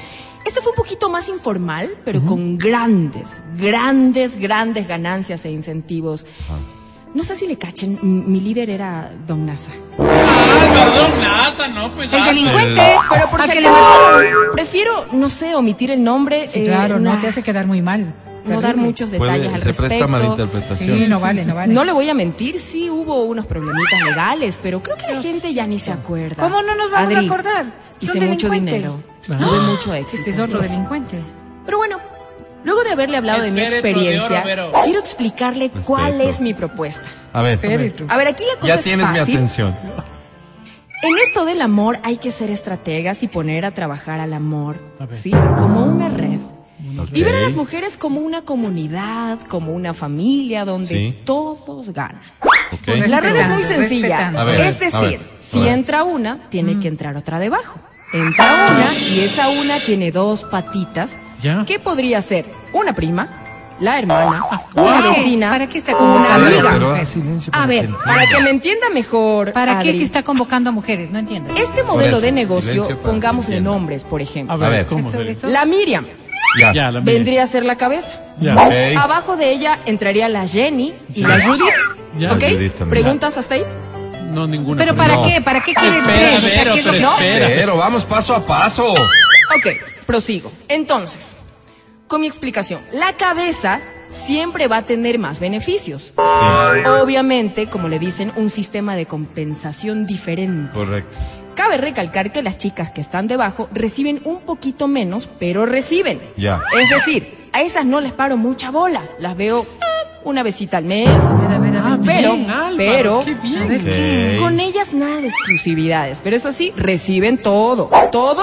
Speaker 5: Este fue un poquito más informal,
Speaker 2: Ah.
Speaker 5: pero con grandes, grandes, grandes ganancias e incentivos. No sé si le cachen, m- mi líder era Don NASA.
Speaker 3: Perdón, NASA, no, pues.
Speaker 17: Ah,
Speaker 5: El
Speaker 3: Asa.
Speaker 5: delincuente, pero por
Speaker 17: ¿A
Speaker 5: si
Speaker 17: qué
Speaker 5: acaso,
Speaker 17: Ah, le vas a-
Speaker 5: prefiero, no sé, omitir el nombre.
Speaker 17: Sí, claro, no, te
Speaker 5: hace quedar muy mal. No
Speaker 17: Terrible.
Speaker 5: dar muchos
Speaker 2: Puede-
Speaker 5: detalles al
Speaker 2: se
Speaker 5: respecto.
Speaker 2: presta malinterpretación.
Speaker 17: Sí, no vale, no vale.
Speaker 5: No le voy a mentir, sí hubo unos problemitas legales, pero creo que la gente ya ni se acuerda.
Speaker 17: ¿Cómo no nos vamos
Speaker 5: Adri,
Speaker 17: a acordar?
Speaker 5: Hice mucho dinero. Tuve mucho éxito.
Speaker 17: Este es otro delincuente.
Speaker 5: Pero bueno, luego de haberle hablado de mi
Speaker 17: Espéretro de
Speaker 5: experiencia,
Speaker 17: oro, Vero.
Speaker 5: quiero explicarle cuál es mi propuesta.
Speaker 2: A ver.
Speaker 5: A ver, aquí la cosa
Speaker 2: Ya
Speaker 5: es
Speaker 2: tienes mi
Speaker 5: fácil.
Speaker 2: atención.
Speaker 5: En esto del amor hay que ser estrategas y poner a trabajar al amor, ¿sí? Como una red. Y ver a las mujeres como una comunidad, como una familia donde
Speaker 4: Sí.
Speaker 5: todos ganan.
Speaker 4: Ok.
Speaker 5: La red es muy
Speaker 4: Respetando,
Speaker 5: sencilla.
Speaker 4: respetando. A ver,
Speaker 5: es
Speaker 4: a ver,
Speaker 5: decir,
Speaker 4: a
Speaker 5: si
Speaker 4: ver.
Speaker 5: entra una,
Speaker 17: Mm.
Speaker 5: tiene que entrar otra debajo. Entra una y esa una tiene dos patitas.
Speaker 4: Ya.
Speaker 5: ¿Qué podría ser? Una prima, la hermana, una vecina, una
Speaker 2: A ver,
Speaker 5: amiga.
Speaker 2: pero haz silencio
Speaker 5: A
Speaker 2: para
Speaker 5: ver,
Speaker 2: que
Speaker 5: para que
Speaker 2: entienda.
Speaker 5: me entienda mejor.
Speaker 17: ¿Para qué
Speaker 5: Adri.
Speaker 17: se está convocando a mujeres? No entiendo.
Speaker 5: Este
Speaker 17: Por
Speaker 5: modelo
Speaker 17: eso,
Speaker 5: de negocio,
Speaker 17: silencio para
Speaker 5: pongámosle nombres, por ejemplo.
Speaker 17: A ver, A ver. ¿cómo, Esto- Feli? esto-
Speaker 5: La Miriam
Speaker 2: Ya.
Speaker 3: Ya, la mía.
Speaker 5: vendría a ser la cabeza.
Speaker 3: Ya.
Speaker 5: Abajo de ella entraría la Jenny y
Speaker 3: Ya.
Speaker 5: la Judith.
Speaker 3: Ya.
Speaker 5: ¿Ok?
Speaker 3: La Judith también.
Speaker 5: ¿Preguntas hasta ahí?
Speaker 3: No, ninguna.
Speaker 5: ¿Pero para
Speaker 3: No.
Speaker 5: qué? ¿Para qué quieren
Speaker 3: Espera,
Speaker 5: tres? O sea,
Speaker 3: Vero,
Speaker 5: ¿qué es lo
Speaker 3: pero
Speaker 5: que- no?
Speaker 3: espera.
Speaker 2: Pero vamos paso a paso.
Speaker 5: Ok, prosigo. Entonces, con mi explicación, la cabeza siempre va a tener más beneficios. Obviamente, como le dicen, un sistema de compensación diferente.
Speaker 2: Correcto.
Speaker 5: Cabe recalcar que las chicas que están debajo reciben un poquito menos, pero reciben.
Speaker 2: Ya.
Speaker 5: Es decir, a esas no les paro mucha bola. Las veo ah, una besita al mes. pero,
Speaker 4: bien, Álvaro,
Speaker 5: pero,
Speaker 4: qué bien.
Speaker 5: a ver,
Speaker 4: Ok.
Speaker 5: ¿qué? con ellas nada de exclusividades. Pero eso sí, reciben todo. Todo.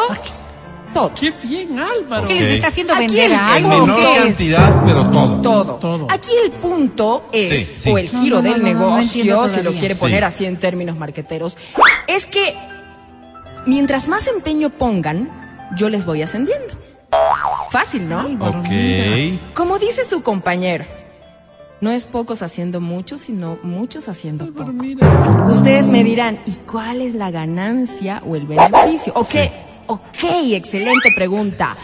Speaker 5: Todo. Qué bien, Álvaro.
Speaker 17: ¿Qué les está haciendo
Speaker 5: Aquí
Speaker 17: vender
Speaker 5: el-
Speaker 2: En
Speaker 17: algo?
Speaker 5: Algo
Speaker 2: menor
Speaker 5: que-
Speaker 2: cantidad, pero todo.
Speaker 5: Todo. Aquí el punto es,
Speaker 2: Sí, sí.
Speaker 5: o el
Speaker 2: No,
Speaker 5: giro
Speaker 2: no, no,
Speaker 5: del
Speaker 2: no, no, no
Speaker 5: negocio,
Speaker 2: entiendo
Speaker 5: si lo
Speaker 2: todavía.
Speaker 5: quiere poner
Speaker 2: Sí.
Speaker 5: así en términos marqueteros, es que mientras más empeño pongan, yo les voy ascendiendo. Fácil, ¿no?
Speaker 2: Ok.
Speaker 5: Como dice su compañero, no es pocos haciendo mucho, sino muchos haciendo poco. Ustedes me dirán, ¿y cuál es la ganancia o el beneficio? Ok, ok, excelente pregunta.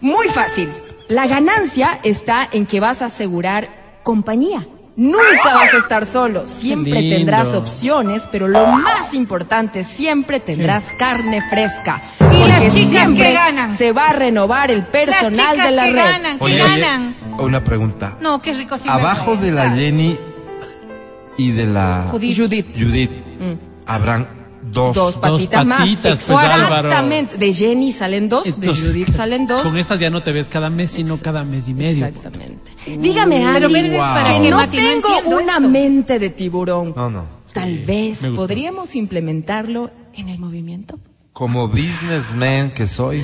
Speaker 5: Muy fácil. La ganancia está en que vas a asegurar compañía. Nunca vas a estar solo, siempre
Speaker 4: lindo.
Speaker 5: tendrás opciones, pero lo más importante, siempre tendrás carne fresca.
Speaker 17: ¿Y
Speaker 5: porque
Speaker 17: las chicas que
Speaker 5: siempre
Speaker 17: ganan?
Speaker 5: Se va a renovar el personal
Speaker 17: chicas
Speaker 5: de la
Speaker 17: que
Speaker 5: red.
Speaker 17: ganan, que
Speaker 2: Oye, oye,
Speaker 17: ganan.
Speaker 2: una pregunta.
Speaker 17: No, qué rico. sí me
Speaker 2: Abajo
Speaker 17: parece.
Speaker 2: de la Jenny y de la
Speaker 17: Judith.
Speaker 2: Judith
Speaker 5: Mm.
Speaker 2: habrán dos.
Speaker 5: Dos patitas, más. Exactamente. de Jenny salen dos,
Speaker 3: Entonces,
Speaker 5: de Judith salen dos.
Speaker 3: Con esas ya no te ves cada mes, sino cada mes y medio.
Speaker 5: Exactamente. Dígame,
Speaker 3: Pero,
Speaker 5: Andy,
Speaker 3: pero es para
Speaker 5: que
Speaker 3: que
Speaker 5: no
Speaker 3: Mati, no
Speaker 5: tengo
Speaker 3: entiendo
Speaker 5: una mente de tiburón.
Speaker 2: No, no.
Speaker 5: Tal vez
Speaker 2: me gusta.
Speaker 5: podríamos implementarlo en el movimiento.
Speaker 2: Como businessman que soy,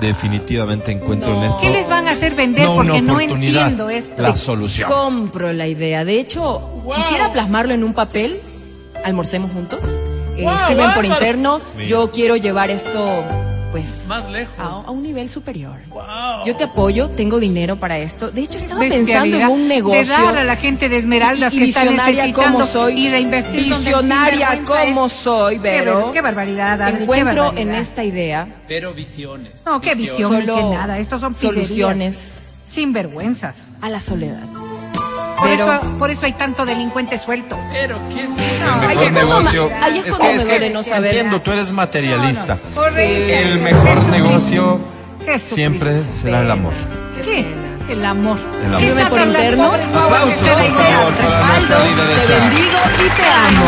Speaker 2: definitivamente encuentro en esto.
Speaker 17: ¿Qué les van a hacer vender?
Speaker 2: No, una
Speaker 17: Porque no
Speaker 2: oportunidad.
Speaker 17: entiendo esto.
Speaker 2: La solución.
Speaker 5: Compro la idea. De hecho, quisiera plasmarlo en un papel. Almorcemos juntos. Eh,
Speaker 17: Wow,
Speaker 5: escriben por
Speaker 17: bárbaro.
Speaker 5: interno.
Speaker 17: Mira.
Speaker 5: Yo quiero llevar esto, pues,
Speaker 3: Más lejos.
Speaker 5: a, a un nivel superior. Yo te apoyo, tengo dinero para esto. De hecho, estaba pensando en
Speaker 17: Bestialidad
Speaker 5: un negocio.
Speaker 17: De dar a la gente de Esmeraldas
Speaker 5: Y- y
Speaker 17: que está
Speaker 5: visionaria
Speaker 17: necesitando
Speaker 5: como soy,
Speaker 17: y reinvertir donde el
Speaker 5: Visionaria
Speaker 17: sinvergüenza
Speaker 5: como
Speaker 17: es.
Speaker 5: soy,
Speaker 17: Qué,
Speaker 5: pero
Speaker 17: bar- qué barbaridad, Adri, qué
Speaker 5: encuentro en
Speaker 17: barbaridad.
Speaker 5: esta idea
Speaker 3: Pero visiones.
Speaker 17: No, qué
Speaker 5: Visión.
Speaker 17: visión,
Speaker 5: Solo
Speaker 17: qué nada. Estos son pillerías.
Speaker 5: soluciones.
Speaker 17: Sinvergüenzas.
Speaker 5: a la soledad.
Speaker 17: Por,
Speaker 5: Pero-
Speaker 17: eso, por eso hay tanto delincuente suelto.
Speaker 3: Pero qué es
Speaker 2: El mejor negocio. es que, es que entiendo, tú eres materialista.
Speaker 17: Horrible.
Speaker 2: El mejor negocio
Speaker 17: Jesucristo.
Speaker 2: siempre será el amor.
Speaker 17: ¿Qué? El amor.
Speaker 2: El amor.
Speaker 17: ¿Qué
Speaker 2: Escribe
Speaker 5: por
Speaker 17: sacan las
Speaker 5: interno.
Speaker 17: pobres guaguas
Speaker 2: Aplauso,
Speaker 17: que
Speaker 2: por
Speaker 17: te
Speaker 2: favor, para nuestra líder
Speaker 5: Te
Speaker 2: Sara.
Speaker 5: bendigo y te amo.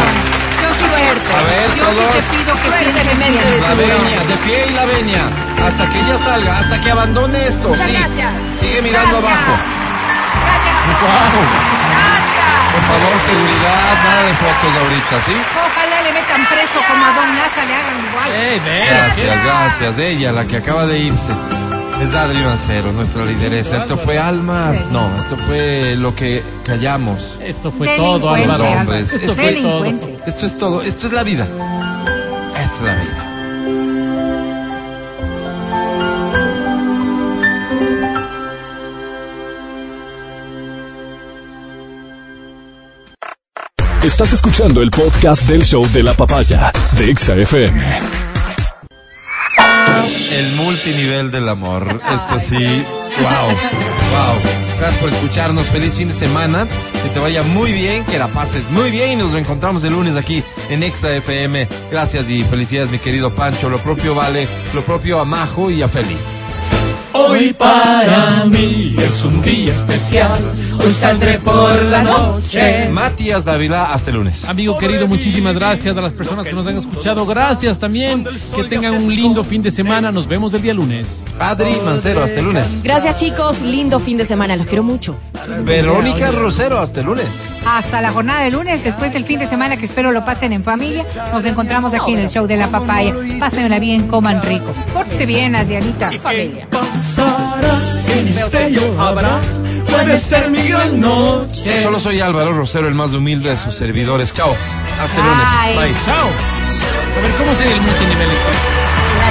Speaker 17: Yo sí
Speaker 5: Suerte.
Speaker 2: A ver,
Speaker 17: Yo sí te pido que
Speaker 5: Suerte,
Speaker 17: pienses
Speaker 5: mente
Speaker 17: bien.
Speaker 5: de
Speaker 2: La
Speaker 5: tiburón.
Speaker 2: venia, de pie y la venia. Hasta que ella salga, hasta que abandone esto.
Speaker 5: Muchas
Speaker 2: sí.
Speaker 5: gracias.
Speaker 2: Sigue mirando
Speaker 5: Gracias.
Speaker 2: abajo. Guau. Por favor, seguridad, nada de fotos ahorita, ¿sí?
Speaker 17: Ojalá le metan preso como a Don Nasa le hagan igual.
Speaker 2: Eh,
Speaker 3: Eh,
Speaker 2: Gracias, gracias. Ella, la que acaba de irse. Es Adri Mancero, nuestra lideresa. Esto fue Almas. No, esto fue lo que callamos.
Speaker 3: Esto fue todo,
Speaker 2: Los
Speaker 3: Álvaro.
Speaker 2: hombres.
Speaker 3: Esto fue todo.
Speaker 2: Esto es todo. Esto es la vida. Esta es la vida.
Speaker 1: Estás escuchando el podcast del show de la papaya de Exa FM.
Speaker 2: El multinivel del amor. Esto sí. Wow. Wow. Gracias por escucharnos. Feliz fin de semana. Que te vaya muy bien, que la pases muy bien. Y nos reencontramos el lunes aquí en Extra FM. Gracias y felicidades, mi querido Pancho. Lo propio vale, lo propio a Majo y a Feli.
Speaker 12: Hoy para mí es un día especial. Hoy saldré por la noche.
Speaker 2: Matías Dávila, hasta el lunes.
Speaker 3: Amigo querido, muchísimas gracias a las personas que nos han escuchado. Gracias también. Que tengan un lindo fin de semana. Nos vemos el día lunes.
Speaker 2: Adri Mancero, hasta el lunes.
Speaker 5: Gracias chicos, lindo fin de semana, los quiero mucho.
Speaker 2: Verónica Rosero, hasta el lunes.
Speaker 4: Hasta la jornada de lunes, después del fin de semana que espero lo pasen en familia, nos encontramos aquí en el show de la papaya. Pásenla bien, coman rico. Pórtese bien, Adrianita. Familia.
Speaker 12: Pasará, qué misterio habrá. Puede ser mi gran noche.
Speaker 2: Solo soy Álvaro Rosero, el más humilde de sus servidores. Chao. Hasta el lunes.
Speaker 12: Ay.
Speaker 2: Bye.
Speaker 3: Chao. A ver, ¿cómo sería el multinivel?
Speaker 5: La